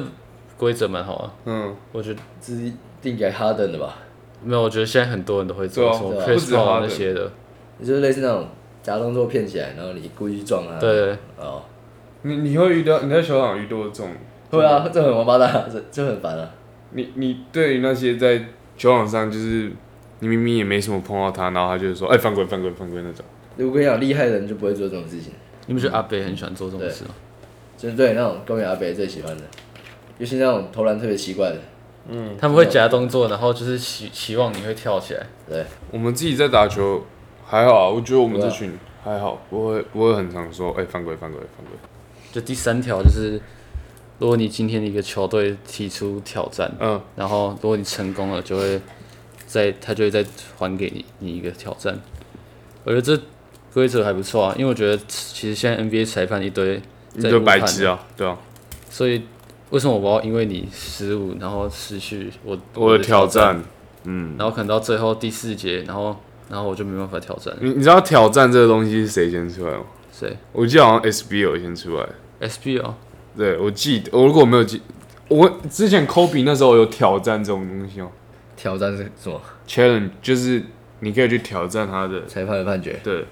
Speaker 2: 规则蛮好啊，
Speaker 3: 嗯，
Speaker 2: 我觉得
Speaker 1: 这是定给哈登的吧？
Speaker 2: 没有，我觉得现在很多人都会
Speaker 3: 对
Speaker 2: 做
Speaker 3: 啊
Speaker 2: 什么
Speaker 1: 对啊
Speaker 2: press
Speaker 3: 不止哈
Speaker 2: foul
Speaker 3: 登
Speaker 2: 那些的，
Speaker 1: 就是类似那种假动作骗起来，然后你故意去撞他。
Speaker 2: 对对对
Speaker 1: 哦，
Speaker 3: 你你会遇到你在球场遇到这种，
Speaker 1: 会啊，这很王八蛋啊，这这很烦啊。
Speaker 3: 你你对于那些在球场上就是你明明也没什么碰到他，然后他就是说哎犯规犯规犯规那种。
Speaker 1: 我跟你讲，厉害的人就不会做这种事情，
Speaker 2: 你们觉得阿北很喜欢做这种事吗？
Speaker 1: 就是对那种公园阿伯最喜欢的，尤其那种投篮特别奇怪的，
Speaker 2: 他们会夹动作，然后就是期期望你会跳起来。
Speaker 1: 对，
Speaker 3: 我们自己在打球还好啊，我觉得我们这
Speaker 1: 对啊
Speaker 3: 群还好，不会不会很常说哎犯规犯规犯规。
Speaker 2: 就第三条就是，如果你今天的一个球队提出挑战，
Speaker 3: 嗯，
Speaker 2: 然后如果你成功了，就会再他就会再还给你你一个挑战。我觉得这规则还不错啊，因为我觉得其实现在 NBA 裁判一堆
Speaker 3: 你
Speaker 2: 在
Speaker 3: 就
Speaker 2: 误
Speaker 3: 白
Speaker 2: 判
Speaker 3: 痴啊，对啊，
Speaker 2: 所以为什么我要因为你失误，然后失去我
Speaker 3: 我的挑
Speaker 2: 战，
Speaker 3: 战，嗯。
Speaker 2: 然后可能到最后第四节，然后然后我就没办法挑战了，
Speaker 3: 你你知道挑战这个东西是谁先出来吗？
Speaker 2: 谁
Speaker 3: 我记得好像 SB 有先出来。
Speaker 2: SB 哦，
Speaker 3: 对，我记得，我如果没有记，我之前 Kobe 那时候有挑战这种东西哦
Speaker 1: 挑战是什么？
Speaker 3: ，challenge 就是你可以去挑战他的，
Speaker 1: 裁判的判决
Speaker 3: 对，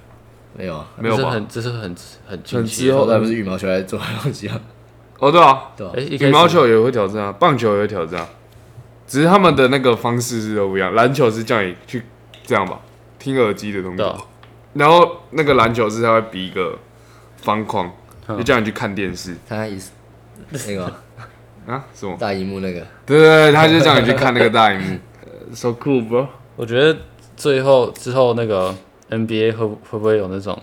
Speaker 1: 没有啊？
Speaker 3: 没有
Speaker 2: 这是
Speaker 3: 吧？
Speaker 2: 很这是很很近
Speaker 3: 很
Speaker 2: 期
Speaker 3: 之
Speaker 2: 的
Speaker 3: 后
Speaker 1: 后来不是羽毛球来做的东西啊？
Speaker 3: 哦，对啊，
Speaker 1: 对吧
Speaker 2: 哎、？一开
Speaker 3: 羽
Speaker 2: 始
Speaker 3: 毛球也会挑战啊，棒球也会挑战啊，只是他们的那个方式是都不一样。篮球是叫你去这样吧，听耳机的东西
Speaker 2: 对啊，
Speaker 3: 然后那个篮球是他会比一个方框，
Speaker 2: 嗯
Speaker 3: 就叫你去看电视
Speaker 1: 他一那个
Speaker 3: 啊，什么？
Speaker 1: 大荧幕那个，
Speaker 3: 对对对，他就叫你去看那个大荧 [laughs] 幕，so cool bro。
Speaker 2: 我觉得最后之后那个 NBA 会会不会有那种，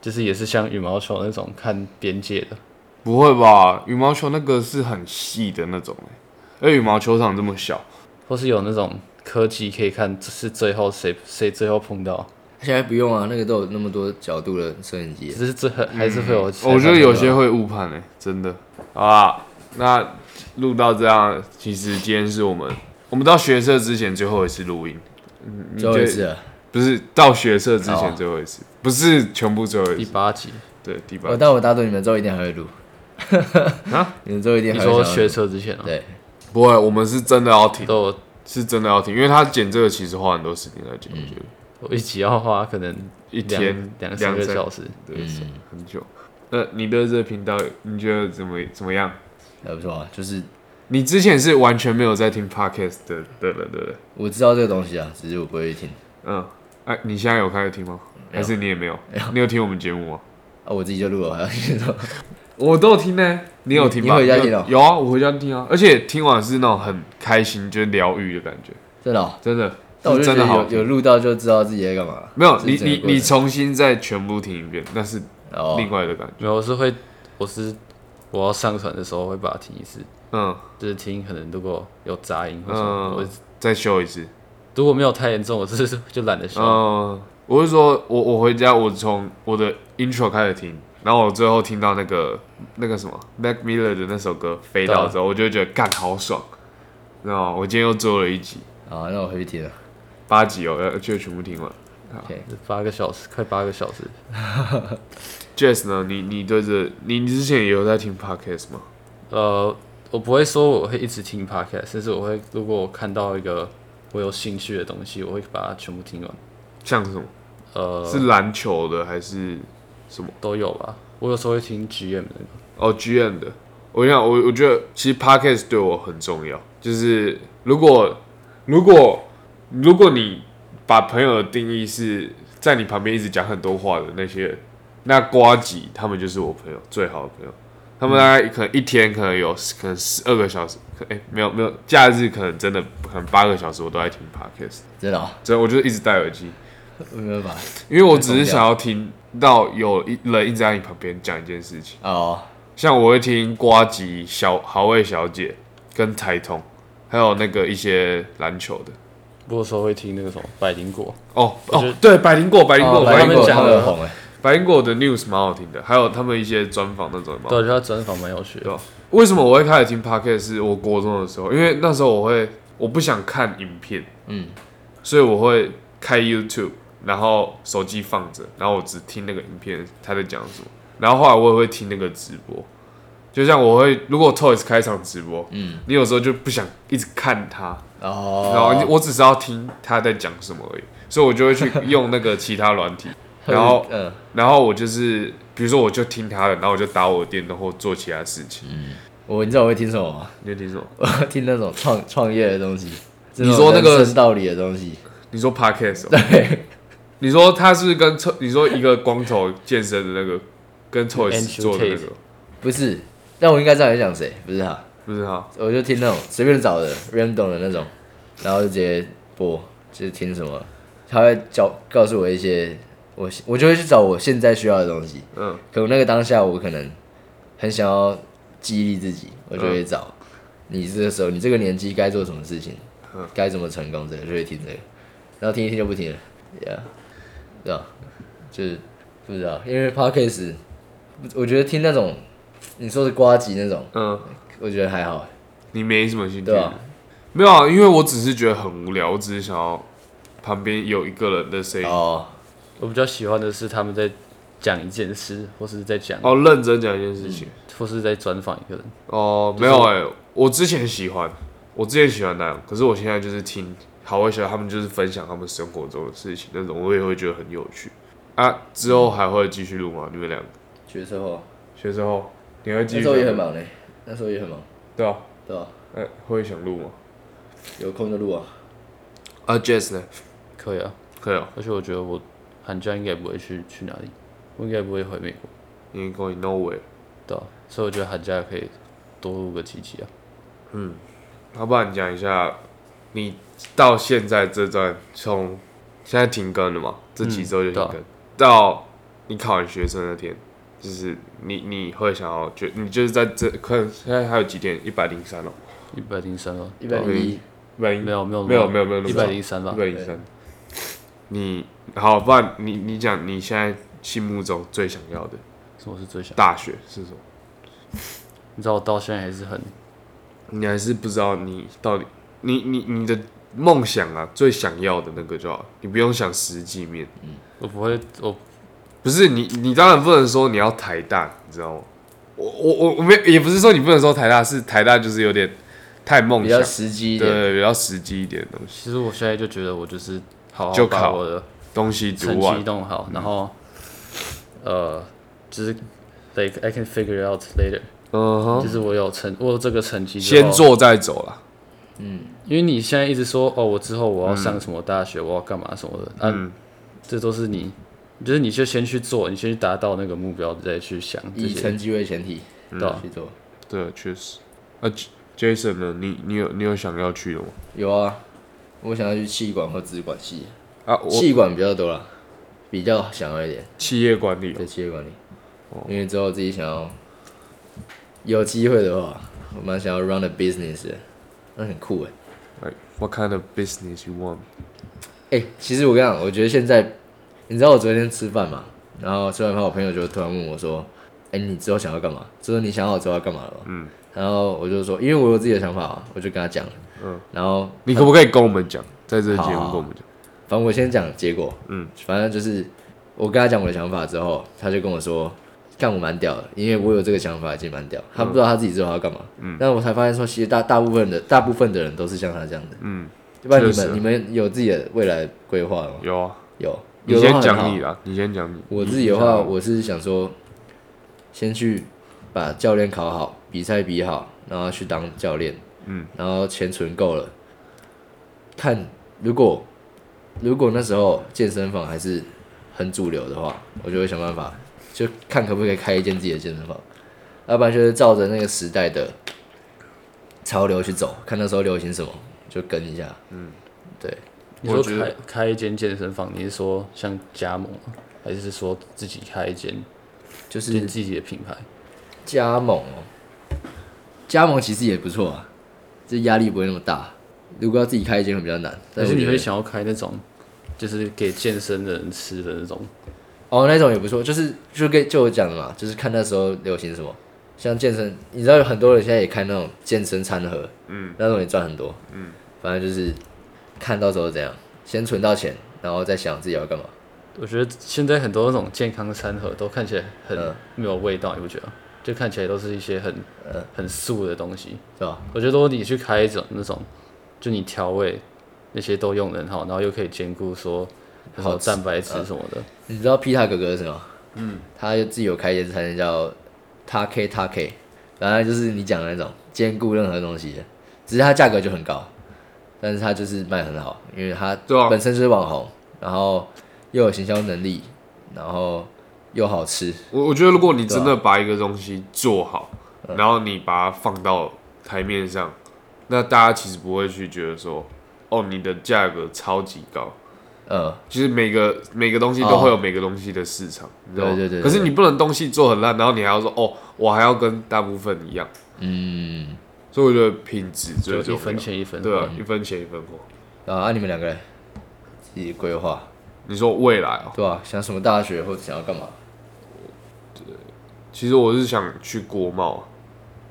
Speaker 2: 就是也是像羽毛球那种看边界的？
Speaker 3: 不会吧？羽毛球那个是很细的那种、欸，而羽毛球场这么小，
Speaker 2: 或是有那种科技可以看，是最后谁谁最后碰到，
Speaker 1: 现在不用啊，那个都有那么多角度的摄影机了，
Speaker 2: 只是最后还是会有、
Speaker 3: 嗯哦我觉得有些会误判哎、真的。好啊，那录到这样，其实今天是我们我们到学社之前最后一次录音，
Speaker 2: 嗯
Speaker 1: 最后一次了。
Speaker 3: 不是到学社之
Speaker 1: 哦
Speaker 3: 前最后一次，不是全部最后
Speaker 2: 第
Speaker 3: 一次，
Speaker 2: 八集，
Speaker 3: 对，第八
Speaker 1: 我。哦但我打赌你们之后一定还会录
Speaker 3: 啊！
Speaker 1: [laughs] 你们之后一定
Speaker 2: 你
Speaker 1: 还会想
Speaker 2: 说
Speaker 1: 要
Speaker 2: 学
Speaker 1: 录
Speaker 2: 车之前啊，
Speaker 1: 对，
Speaker 3: 不会，我们是真的要停，
Speaker 2: 都有
Speaker 3: 是真的要停，因为他剪这个其实花很多时间在剪，我觉得
Speaker 2: 我一集要花可能
Speaker 3: 一
Speaker 2: 两
Speaker 3: 天
Speaker 2: 嗯两三个小时，
Speaker 3: 对，很久。那你对这个频道你觉得怎么怎么样？
Speaker 1: 还不错啊。就是
Speaker 3: 你之前是完全没有在听 podcast 的的人，对不对？
Speaker 1: 我知道这个东西啊，只是我不会去听
Speaker 3: 嗯，哎、你现在有开始听吗？
Speaker 1: 没
Speaker 3: 还
Speaker 1: 有
Speaker 3: 是你也没有？你有听我们节目吗？
Speaker 1: 啊，我自己就录了，我还要听什么？
Speaker 3: 我都有听呢、你有听吗？
Speaker 1: 你回家听哦
Speaker 3: 有啊，我回家听啊，而且听完是那种很开心，就是疗愈的感觉，
Speaker 1: 真的哦、
Speaker 3: 真的，
Speaker 1: 但我
Speaker 3: 是
Speaker 1: 就觉
Speaker 3: 真
Speaker 1: 得
Speaker 3: 的好
Speaker 1: 有有
Speaker 3: 听。
Speaker 1: 录到就知道自己在干嘛了。
Speaker 3: 没有，
Speaker 1: 是
Speaker 3: 你
Speaker 1: 整个
Speaker 3: 你
Speaker 1: 过
Speaker 3: 你
Speaker 1: 程
Speaker 3: 重新再全部听一遍，那是
Speaker 1: 哦，
Speaker 3: 另外的感觉。
Speaker 2: 没有我是会我是我要上传的时候会把它听一次，
Speaker 3: 嗯
Speaker 2: 就是听可能如果有杂音或者、
Speaker 3: 嗯，
Speaker 2: 我
Speaker 3: 再修一次。
Speaker 2: 如果没有太严重，我只是 [laughs] 就懒得修。
Speaker 3: 嗯，我是说，我我回家，我从我的 intro 开始听，然后我最后听到那个那个什么 Mac Miller 的那首歌飞到之后，我就觉得干好爽，然后我今天又做了一集，
Speaker 1: 啊，那我回去听了。
Speaker 3: 八集哦，要就全部听完。
Speaker 2: 八个小时，快八个小时。
Speaker 3: Jess 呢？你你对这你你之前也有在听 podcast 吗？
Speaker 2: 呃，我不会说我会一直听 podcast，但是我会如果我看到一个我有兴趣的东西，我会把它全部听完。
Speaker 3: 像什么？
Speaker 2: 呃，
Speaker 3: 是篮球的还是什么？
Speaker 2: 都有吧。我有时候会听 GM 的那
Speaker 3: 哦，GM 的。我想，我我觉得其实 podcast 对我很重要，就是如果如果如果你把朋友的定义是在你旁边一直讲很多话的那些人，那瓜吉他们就是我朋友最好的朋友，他他们大概可能一天可能有可能十二个小时，可哎、没有没有，假日可能真的可能八个小时我都在听 podcast，
Speaker 1: 真的、哦，
Speaker 3: 真的我就一直戴耳机，
Speaker 1: 没办法
Speaker 3: 因为我只是想要听到有一人一直在你旁边讲一件事情，
Speaker 1: 哦，
Speaker 3: 像我会听瓜吉小好味小姐跟台通，还有那个一些篮球的。
Speaker 2: 我有时候会听那个什么百灵果，
Speaker 3: 哦
Speaker 2: 我觉得
Speaker 3: 哦，对，百灵果，百灵果，
Speaker 1: 哦
Speaker 2: 白
Speaker 3: 百
Speaker 1: 白
Speaker 2: 灵
Speaker 3: 灵
Speaker 2: 果
Speaker 3: 果，
Speaker 1: 果
Speaker 2: 他
Speaker 1: 他
Speaker 2: 们
Speaker 1: 们很红哎，
Speaker 3: 百灵果的 news 蛮好听的，还有他们一些专访那种也蛮好听的
Speaker 2: 对，我觉得他专访蛮有趣
Speaker 3: 对
Speaker 2: 的
Speaker 3: 啊。为什么我会开始听 podcast？是我国中的时候，因为那时候我会我不想看影片，
Speaker 1: 嗯，
Speaker 3: 所以我会开 YouTube，然后手机放着，然后我只听那个影片他在讲什么。然后后来我也会听那个直播，就像我会如果 Toys 开场直播，
Speaker 1: 嗯，
Speaker 3: 你有时候就不想一直看他，然后
Speaker 1: 哦
Speaker 3: 你，我只是要听他在讲什么而已，所以我就会去用那个其他软
Speaker 1: [laughs]
Speaker 3: 体，然后
Speaker 1: 嗯，
Speaker 3: 然后我就是比如说我就听他的，然后我就打我的电动或做其他事情。
Speaker 1: 嗯我你知道我会听什么吗？ [laughs]
Speaker 3: 你有听什么？
Speaker 1: 我会听那种创创业的东西，
Speaker 3: 你说那个
Speaker 1: 这种人生道理的东西， [laughs]
Speaker 3: 你说 podcast，、哦、
Speaker 1: 对，
Speaker 3: 你说他是跟臭，你说一个光头健身的那个，跟臭
Speaker 2: Andrew
Speaker 3: 做的那个，
Speaker 1: 不是，但我应该知道你在讲谁，不是他，
Speaker 3: 不是他？
Speaker 1: 我就听那种随便找的 random 的那种，然后就直接播，就是听什么，他会教告诉我一些，我我就会去找我现在需要的东西，
Speaker 3: 嗯，
Speaker 1: 可我那个当下我可能很想要激励自己，我就会找、你这个时候你这个年纪该做什么事情
Speaker 3: 嗯，
Speaker 1: 该、怎么成功，这个就会听这个，然后听一听就不听了，yeah，对吧？就是不知道，因为 podcast，我觉得听那种你说的瓜吉那种，
Speaker 3: 嗯，
Speaker 1: 我觉得还好，
Speaker 3: 你没什么兴趣
Speaker 1: 对，啊吧？
Speaker 3: 没有啊，因为我只是觉得很无聊，我只是想要旁边有一个人的声音，
Speaker 1: 哦，
Speaker 2: 我比较喜欢的是他们在讲一件事，或是在讲，
Speaker 3: 哦，认真讲一件事情。
Speaker 1: 嗯
Speaker 2: 或是在专访一个人。
Speaker 3: 哦，没有哎、我之前喜欢，我之前喜欢那样，可是我现在就是听好味小姐他们就是分享他们生活中的事情那种，我也会觉得很有趣啊。之后还会继续录吗？你们两个
Speaker 1: 学车后
Speaker 3: 学之后你会继续
Speaker 1: 那时候也很
Speaker 3: 吗？
Speaker 1: 忙嘞，那时候也很忙，
Speaker 3: 对啊。
Speaker 1: 对吧、
Speaker 3: 呃，会想录吗？
Speaker 1: 有空就录啊，
Speaker 3: 啊，Jazz 呢？
Speaker 2: 可以啊，
Speaker 3: 可以哦，
Speaker 2: 而且我觉得我寒假应该不会去去哪里，我应该不会回美国，
Speaker 3: 你 going nowhere。
Speaker 2: 对啊、所以我觉得寒假可以多录个几集啊。
Speaker 3: 要不然你讲一下，你到现在这段从现在停更了嘛？这
Speaker 2: 嗯
Speaker 3: 几周就
Speaker 2: 啊
Speaker 3: 停更，到你考完学生那天，就是你你会想要觉，你就是在这可能现在还有几天？一百零三哦，
Speaker 2: 一百零三哦，
Speaker 1: 一百零一，
Speaker 3: 一百零
Speaker 2: 没有没有
Speaker 3: 没有没有没有
Speaker 2: 一百零三啊
Speaker 3: 一
Speaker 2: 吧，
Speaker 3: 百零三。你好，不然你你讲你现在心目中最想要的
Speaker 2: 什么是最想？
Speaker 3: 大学是什么？
Speaker 2: 你知道我到现在还是很
Speaker 3: 你还是不知道你到底，你你你的梦想啊，最想要的那个就好了，你不用想实际面。
Speaker 2: 我不会，我
Speaker 3: 不是你，你当然不能说你要台大，你知道吗？我我我我没有，也不是说你不能说台大，是台大就是有点太梦
Speaker 1: 比
Speaker 3: 想
Speaker 1: 较，实际一点，
Speaker 3: 对，比较实际一点的东西，
Speaker 2: 其实我现在就觉得我就是好好
Speaker 3: 就
Speaker 2: 把
Speaker 3: 考
Speaker 2: 我的
Speaker 3: 东西
Speaker 2: 成
Speaker 3: 读
Speaker 2: 绩
Speaker 3: 完，嗯
Speaker 2: 弄好，然后呃，就是 like I can figure it out later，
Speaker 3: 嗯哼，
Speaker 2: 就是我有成，我有这个成绩之后
Speaker 3: 先，做再走啦。
Speaker 2: 因为你现在一直说哦，我之后我要上什么大学，我要干嘛什么的，嗯、
Speaker 3: 嗯
Speaker 2: 这都是你，就是你就先去做，你先去达到那个目标，再去想这
Speaker 1: 以
Speaker 2: 些，
Speaker 1: 成绩为前提，
Speaker 2: 对啊
Speaker 1: 去做。
Speaker 3: 对，确实。啊，J-，Jason 呢？你你有你有想要去的吗？
Speaker 1: 有啊，我想要去气管或资管系，
Speaker 3: 啊，我
Speaker 1: 气管比较多啦，比较想要一点，
Speaker 3: 企业管理哦
Speaker 1: 对企业管理，因为之后自己想要有机会的话，我蛮想要 run a business，的那很酷哎。
Speaker 3: ，like what kind of business you
Speaker 1: 呃
Speaker 3: want？
Speaker 1: 哎、其实我跟你讲，我觉得现在，你知道我昨天吃饭嘛，然后吃完饭，我朋友就突然问我说：“哎、你之后想要干嘛？”就是你想好之后要干嘛了吗？嗯，然后我就说，因为我有自己的想法嘛，我就跟他讲了。嗯，然后
Speaker 3: 你可不可以跟我们讲，在这个
Speaker 1: 好
Speaker 3: 节目
Speaker 1: 好
Speaker 3: 跟我们讲？
Speaker 1: 反正我先讲结果，
Speaker 3: 嗯
Speaker 1: 嗯，反正就是我跟他讲我的想法之后，他就跟我说，干我蛮屌的，因为我有这个想法已经蛮
Speaker 3: 嗯
Speaker 1: 屌。他不知道他自己之后要干嘛，嗯，但我才发现说，其实大大部分的大部分的人都是像他这样的，
Speaker 3: 嗯，
Speaker 1: 要不然你
Speaker 3: 确实
Speaker 1: 们你们有自己的未来规划吗？
Speaker 3: 有啊，
Speaker 1: 有，
Speaker 3: 你
Speaker 1: 有的话
Speaker 3: 先
Speaker 1: 很好
Speaker 3: 讲你啦，你先嗯讲你。
Speaker 1: 我自己的话，我是想说，先去把教练考好，比赛比好，然后去当教练。
Speaker 3: 嗯，
Speaker 1: 然后钱存够了，看如果如果那时候健身房还是很主流的话，我就会想办法，就看可不可以开一间自己的健身房。要不然就是照着那个时代的潮流去走，看那时候流行什么就跟一下。嗯，对，
Speaker 2: 你
Speaker 3: 我
Speaker 2: 说
Speaker 3: 觉得
Speaker 2: 开开一间健身房，你是说像加盟吗，还是说自己开一间
Speaker 1: 就
Speaker 2: 就是
Speaker 1: 是
Speaker 2: 自己的品牌？
Speaker 1: 加盟哦，加盟其实也不错啊，这压力不会那么大。如果要自己开一间会比较难，
Speaker 2: 但
Speaker 1: 但
Speaker 2: 是
Speaker 1: 我
Speaker 2: 你
Speaker 1: 觉
Speaker 2: 会
Speaker 1: 得
Speaker 2: 想要开那种就是给健身的人吃的那种？
Speaker 1: 哦，那种也不错，就是就跟就我讲的嘛，就是看那时候流行什么，像健身，你知道有很多人现在也开那种健身餐盒，嗯，那种也赚很多，嗯，反正就是看到时候怎样，先存到钱，然后再想自己要干嘛。
Speaker 2: 我觉得现在很多那种健康餐盒都看起来很
Speaker 1: 嗯
Speaker 2: 没有味道，你不觉得吗？就看起来都是一些很很素的东西。
Speaker 1: 是吧？
Speaker 2: 我觉得如果你去开一种那种，就你调味那些都用的很好，然后又可以兼顾说那种
Speaker 1: 好吃
Speaker 2: 蛋白质什么的，
Speaker 1: 你知道皮塔哥哥是吗？嗯，他就自己有开一间餐厅叫 Take Take，反正就是你讲的那种兼顾任何东西的，只是它价格就很高，但是它就是卖很好，因为它
Speaker 3: 对啊
Speaker 1: 本身就是网红，然后又有行销能力，然后又好吃，
Speaker 3: 我我觉得如果你真
Speaker 1: 啊
Speaker 3: 的把一个东西做好，然后你把它放到台面上，那大家其实不会去觉得说，哦，你的价格超级高。
Speaker 1: 呃，
Speaker 3: 其实每个每个东西都会有每个东西的市场，你知道吗？
Speaker 1: 哦对对对对
Speaker 3: 可是你不能东西做很烂，然后你还要说，哦，我还要跟大部分一样。
Speaker 1: 嗯，
Speaker 3: 所以我觉得品质最
Speaker 2: 就
Speaker 3: 重
Speaker 2: 一
Speaker 3: 要。
Speaker 2: 分钱一分货
Speaker 3: 对啊，一分钱一分货。
Speaker 1: 啊，啊你们两个嘞自己规划
Speaker 3: 你说未来哦，
Speaker 1: 对吧、想什么大学或者想要干嘛？
Speaker 3: 其实我是想去国贸、啊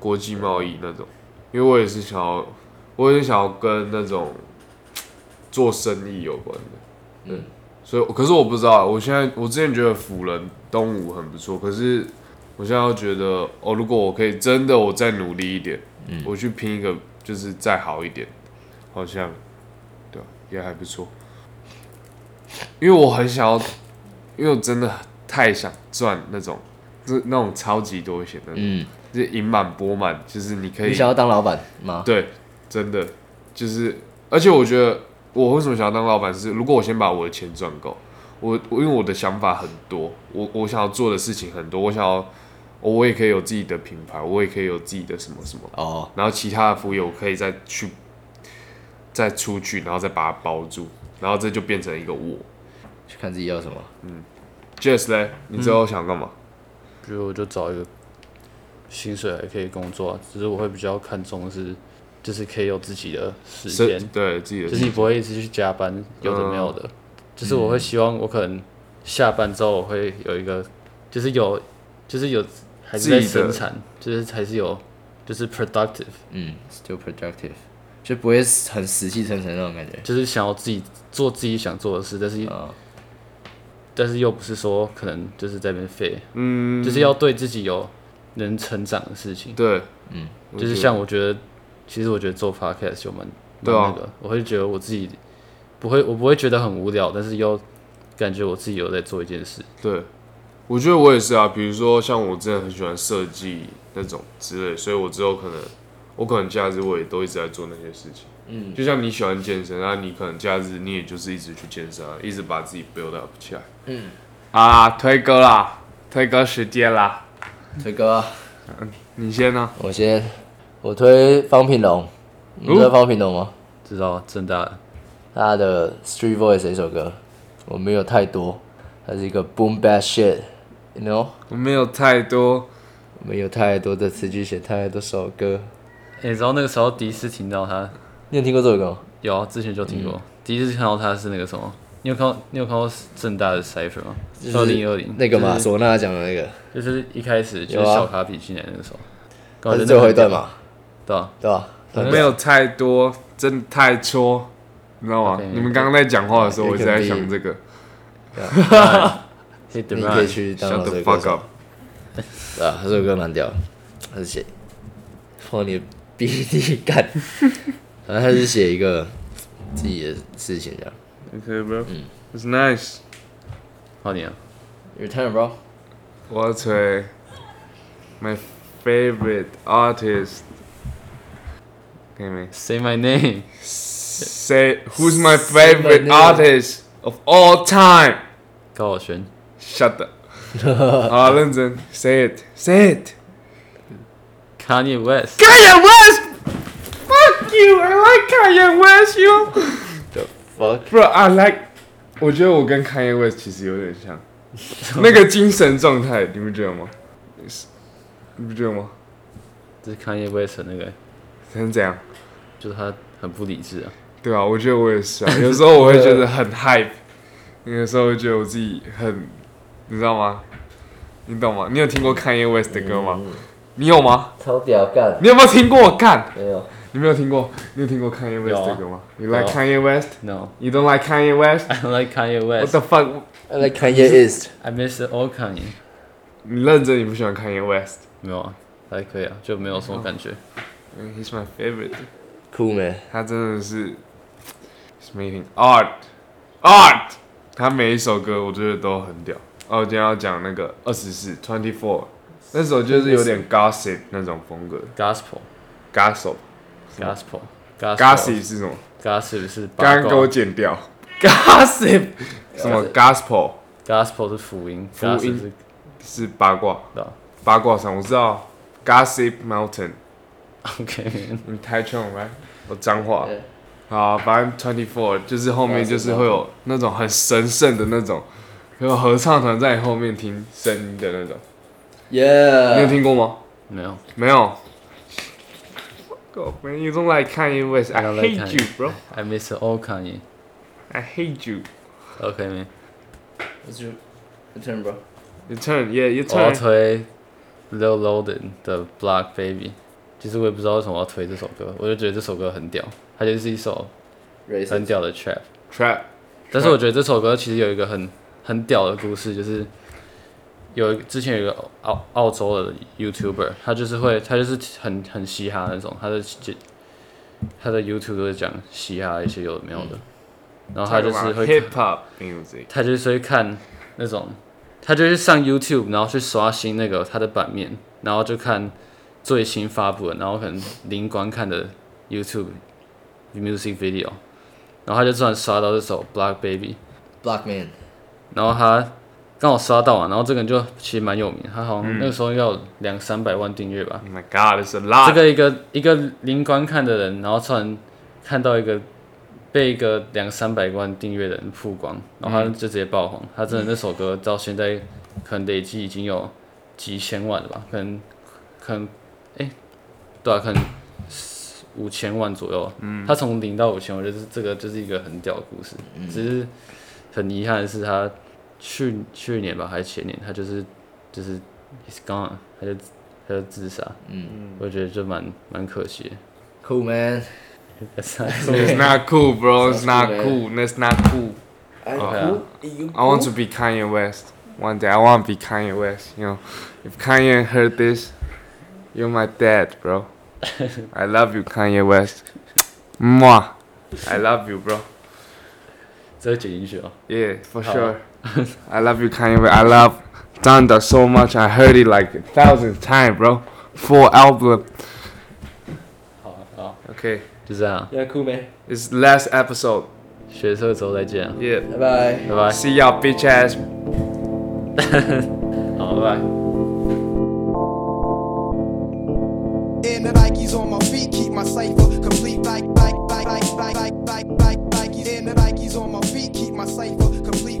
Speaker 3: 国际贸易那种，因为我也是想要，我也想要跟那种做生意有关的。对，所以可是我不知道，我现在我之前觉得辅仁东吴很不错，可是我现在又觉得哦，如果我可以真的我再努力一点，我去拼一个就是再好一点，好像对啊也还不错，因为我很想要，因为我真的太想赚那种。就是那种超级多钱的，
Speaker 1: 嗯，
Speaker 3: 就是盈满钵满，就是你可
Speaker 1: 你
Speaker 3: 以
Speaker 1: 想要当老板吗？
Speaker 3: 对，真的就是，而且我觉得我为什么想要当老板是，如果我先把我的钱赚够，我我因为我的想法很多，我我想要做的事情很多，我想要我我也可以有自己的品牌，我也可以有自己的什么什么，
Speaker 1: 哦，
Speaker 3: 然后其他的服务业我可以再去再出去，然后再把它包住，然后这就变成一个我。
Speaker 1: 去看自己要什么。
Speaker 3: Jess 嘞，你之
Speaker 2: 嗯
Speaker 3: 后想干嘛？
Speaker 2: 比如我就找一个薪水还可以工作啊，只是我会比较看重的是，就是可以有自己的时
Speaker 3: 是
Speaker 2: 间，
Speaker 3: 对自己的
Speaker 2: 就
Speaker 3: 事
Speaker 2: 是
Speaker 3: 情，
Speaker 2: 你不会一直去加班，有的没有的。
Speaker 3: 嗯
Speaker 2: 就是我会希望我可能下班之后我会有一个，就是有，就是有还是在
Speaker 3: 自己的
Speaker 2: 生产，就是还是有，就是 productive，
Speaker 1: 嗯，still productive，就不会很死气沉沉那种感觉。
Speaker 2: 就是想要自己做自己想做的事，
Speaker 3: 嗯
Speaker 2: 但是、
Speaker 1: 啊
Speaker 2: 但是又不是说可能就是在那边废，
Speaker 3: 嗯，
Speaker 2: 就是要对自己有能成长的事情。
Speaker 3: 对，
Speaker 1: 嗯，
Speaker 2: 就是像我觉得，其实我觉得做 podcast 就蛮蛮
Speaker 3: 对啊
Speaker 2: 那个，我会觉得我自己不会，我不会觉得很无聊，但是又感觉我自己有在做一件事。
Speaker 3: 对，我觉得我也是啊。比如说，像我真的很喜欢设计那种之类，所以我之后可能，我可能假日我也都一直在做那些事情。嗯，就像你喜欢健身，那你可能假日你也就是一直去健身啊，一直把自己 build up 起来。嗯，啊，推歌啦，推歌时间啦，
Speaker 1: 推歌啊，
Speaker 3: 你先啊呢、
Speaker 1: 我先，我推方品龙，你知道方品龙吗？
Speaker 2: 知道啊正大
Speaker 1: 他的《Street Voice》这首歌，我没有太多，它是一个 boom bap shit，you know，
Speaker 3: 我没有太多，
Speaker 1: 没有太多的词句写太多首歌。
Speaker 2: 欸你知道那个时候第一次听到他，
Speaker 1: 你有听过这首歌吗？
Speaker 2: 有啊之前就听
Speaker 1: 嗯
Speaker 2: 过，第一次看到他是那个什么？你有看到你有看过正大的 cipher 吗？二零二零
Speaker 1: 那个嘛，
Speaker 2: 就是
Speaker 1: 唢呐讲的那个，
Speaker 2: 就是一开始就
Speaker 1: 有
Speaker 2: 是
Speaker 1: 啊
Speaker 2: 小卡比进来那个时候，
Speaker 1: 它是最后一段嘛，
Speaker 2: 对啊，
Speaker 1: 对吧？
Speaker 3: 我没有太多，真的太戳，你知道吗
Speaker 2: OK，
Speaker 3: 你们刚刚在讲话的时候，我一直在
Speaker 1: It can be-
Speaker 3: 想这个。
Speaker 2: Hit the
Speaker 1: 你可以
Speaker 2: run，
Speaker 1: 去当
Speaker 3: 哎 Shut
Speaker 1: 老师
Speaker 3: the
Speaker 1: 的歌
Speaker 3: fuck
Speaker 1: 手
Speaker 3: up！。
Speaker 1: 对啊，这首歌蛮屌的，他是写，放你的逼你干， [laughs] 反正他是写一个自己的事情这样。
Speaker 3: Okay, bro.
Speaker 1: Mm.
Speaker 3: It's nice.
Speaker 2: 好你啊，
Speaker 1: Your turn, bro.
Speaker 3: 我要吹 my favorite artist. 可以没
Speaker 2: say my name，
Speaker 3: ？Say who's my
Speaker 1: Say my
Speaker 3: favorite
Speaker 1: name.
Speaker 3: artist of all time?
Speaker 2: 高晓轩，
Speaker 3: Ah,
Speaker 1: [laughs]
Speaker 3: Shut up. 好，认真。Say it. Say it.
Speaker 2: Kanye West，
Speaker 3: Kanye West! Fuck you! I like Kanye West, you!
Speaker 2: fuck，
Speaker 3: Bro, I like. 我觉得我跟 Kanye West 其实有点
Speaker 1: [laughs]
Speaker 3: 像，那个精神状态，你不觉得吗？是你不觉得吗？
Speaker 2: 这是 Kanye West 的那个，
Speaker 3: 像这样，
Speaker 2: 就是他很不理智啊。
Speaker 3: 对啊，我觉得我也是
Speaker 2: [laughs]
Speaker 3: 啊。有时候我会觉得很 hype，有时候会觉得我自己很，你知道吗？你懂吗？你有听过 Kanye West 的歌
Speaker 2: 嗯
Speaker 3: 吗？你有吗？
Speaker 1: 嗯超屌干，
Speaker 3: 你有没有听过？干，
Speaker 1: 没有，
Speaker 3: 你没有听过？你有听过 Kanye
Speaker 2: 有
Speaker 3: West
Speaker 2: 啊
Speaker 3: 的歌吗？You
Speaker 2: 有
Speaker 3: like Kanye West?
Speaker 2: No，I
Speaker 3: You don't like Kanye West?
Speaker 2: don't like Kanye
Speaker 3: What
Speaker 2: West.
Speaker 3: the fuck?
Speaker 1: I like Kanye East，
Speaker 2: I miss all Kanye。
Speaker 3: 你认真，你不喜欢 Kanye West？
Speaker 2: 没有啊，还可以啊，就没有什么感觉。
Speaker 3: 嗯 He's my favorite.
Speaker 1: 酷没？
Speaker 3: 他真的是，he's making art, art。他每一首歌我觉得都很屌。哦，我今天要讲那个二十四 twenty four，那首就是有点 gossip 那种风格。
Speaker 2: Gospel，Gospel，Gospel，Gossip
Speaker 3: gossip
Speaker 2: Gossip
Speaker 3: gossip 是什么？
Speaker 2: Gossip 是
Speaker 3: 刚
Speaker 2: 八
Speaker 3: 刚给我
Speaker 2: 卦
Speaker 3: 剪掉。gossip 什么 gospel
Speaker 2: ，Gospel 是福音
Speaker 3: 福音
Speaker 2: ，Gossip 是
Speaker 3: 是八卦
Speaker 2: 的。
Speaker 3: 八卦山，我知道 gossip mountain。
Speaker 2: OK，
Speaker 3: 你台中 right？我脏话
Speaker 1: 对。
Speaker 3: 好，反正 twenty four 就是后面就是会有那种很神圣的那种，有合唱团在你后面听声音的那种，你有
Speaker 1: Yeah，
Speaker 3: 听过吗？
Speaker 2: 没有
Speaker 3: 没有。God man, you don't like Kanye West. I
Speaker 2: I don't like
Speaker 3: hate
Speaker 2: Kanye.
Speaker 3: you, bro.
Speaker 2: ，I miss all Kanye。
Speaker 3: I hate you.
Speaker 2: OK 没？
Speaker 1: What's your what's your turn, bro？
Speaker 3: Your turn, yeah, your
Speaker 2: 我要
Speaker 3: turn.
Speaker 2: 推 Lil Loaded 的 Block Baby，其实我也不知道为什么要推这首歌，我就觉得这首歌很屌，它就是一首
Speaker 1: Race
Speaker 2: 很屌的 trap。
Speaker 3: Trap.
Speaker 2: 但是我觉得这首歌其实有一个很很屌的故事，就是有一之前有一个澳澳洲的 YouTuber，他就是会他就是很很嘻哈那种，他的他的 YouTube 都是讲嘻哈一些有的没有的，然后他就是会
Speaker 3: hip hop music.
Speaker 2: 他就是会看那种，他就去上 YouTube，然后去刷新那个他的版面，然后就看最新发布的，然后可能零观看的 YouTube music video，然后他就突然刷到这首 Black Baby，
Speaker 1: Black Man，
Speaker 2: 然后他刚好刷到嘛，然后这个人就其实蛮有名，他好像那个时候应该有两三百万订阅吧，
Speaker 3: Oh my god, it's a lot.
Speaker 2: 这个一个一个零观看的人，然后突然看到一个被一个两三百万订阅的人曝光，然后他就直接爆红。他真的那首歌到现在可能累计已经有几千万了吧，可能可能哎、对啊，可能五千万左右。嗯，他从零到五千，我觉得这个就是一个很屌的故事。只是很遗憾的是，他去去年吧还是前年，他就是就是 he's gone，他就他就自杀。嗯，我觉得就蛮蛮可惜的。
Speaker 1: 酷 Mm. man。
Speaker 2: That's not-
Speaker 3: Mm. It's not cool, bro. It's
Speaker 1: Sounds
Speaker 3: not
Speaker 1: cool,
Speaker 3: cool. That's not cool.
Speaker 1: I
Speaker 2: Okay.
Speaker 1: you
Speaker 3: I want to be Kanye West. One day I want to be Kanye West. You know, if Kanye heard this, you're my dad, bro. I love you, Kanye West. Mwah. I love you, bro.
Speaker 2: [laughs] 这个剪进去哦。
Speaker 3: Yeah, for
Speaker 2: Oh.
Speaker 3: sure. I love you, Kanye West. I love Donda so much. I heard it like a thousand times, bro. Full album.
Speaker 2: 好啊好啊，
Speaker 3: Okay,
Speaker 2: 就这样，
Speaker 1: Yeah, cool man.
Speaker 3: it's last episode.
Speaker 2: 学车之后再见啊，
Speaker 3: Yeah.
Speaker 1: 拜拜。
Speaker 2: 拜拜。
Speaker 3: See y'all, bitch ass.
Speaker 2: 好，拜拜。
Speaker 4: And the Nikes on my feet keep my cipher complete. Like, like, like, like, like, like, like, like, Nikes. And the Nikes on my feet keep my cipher complete.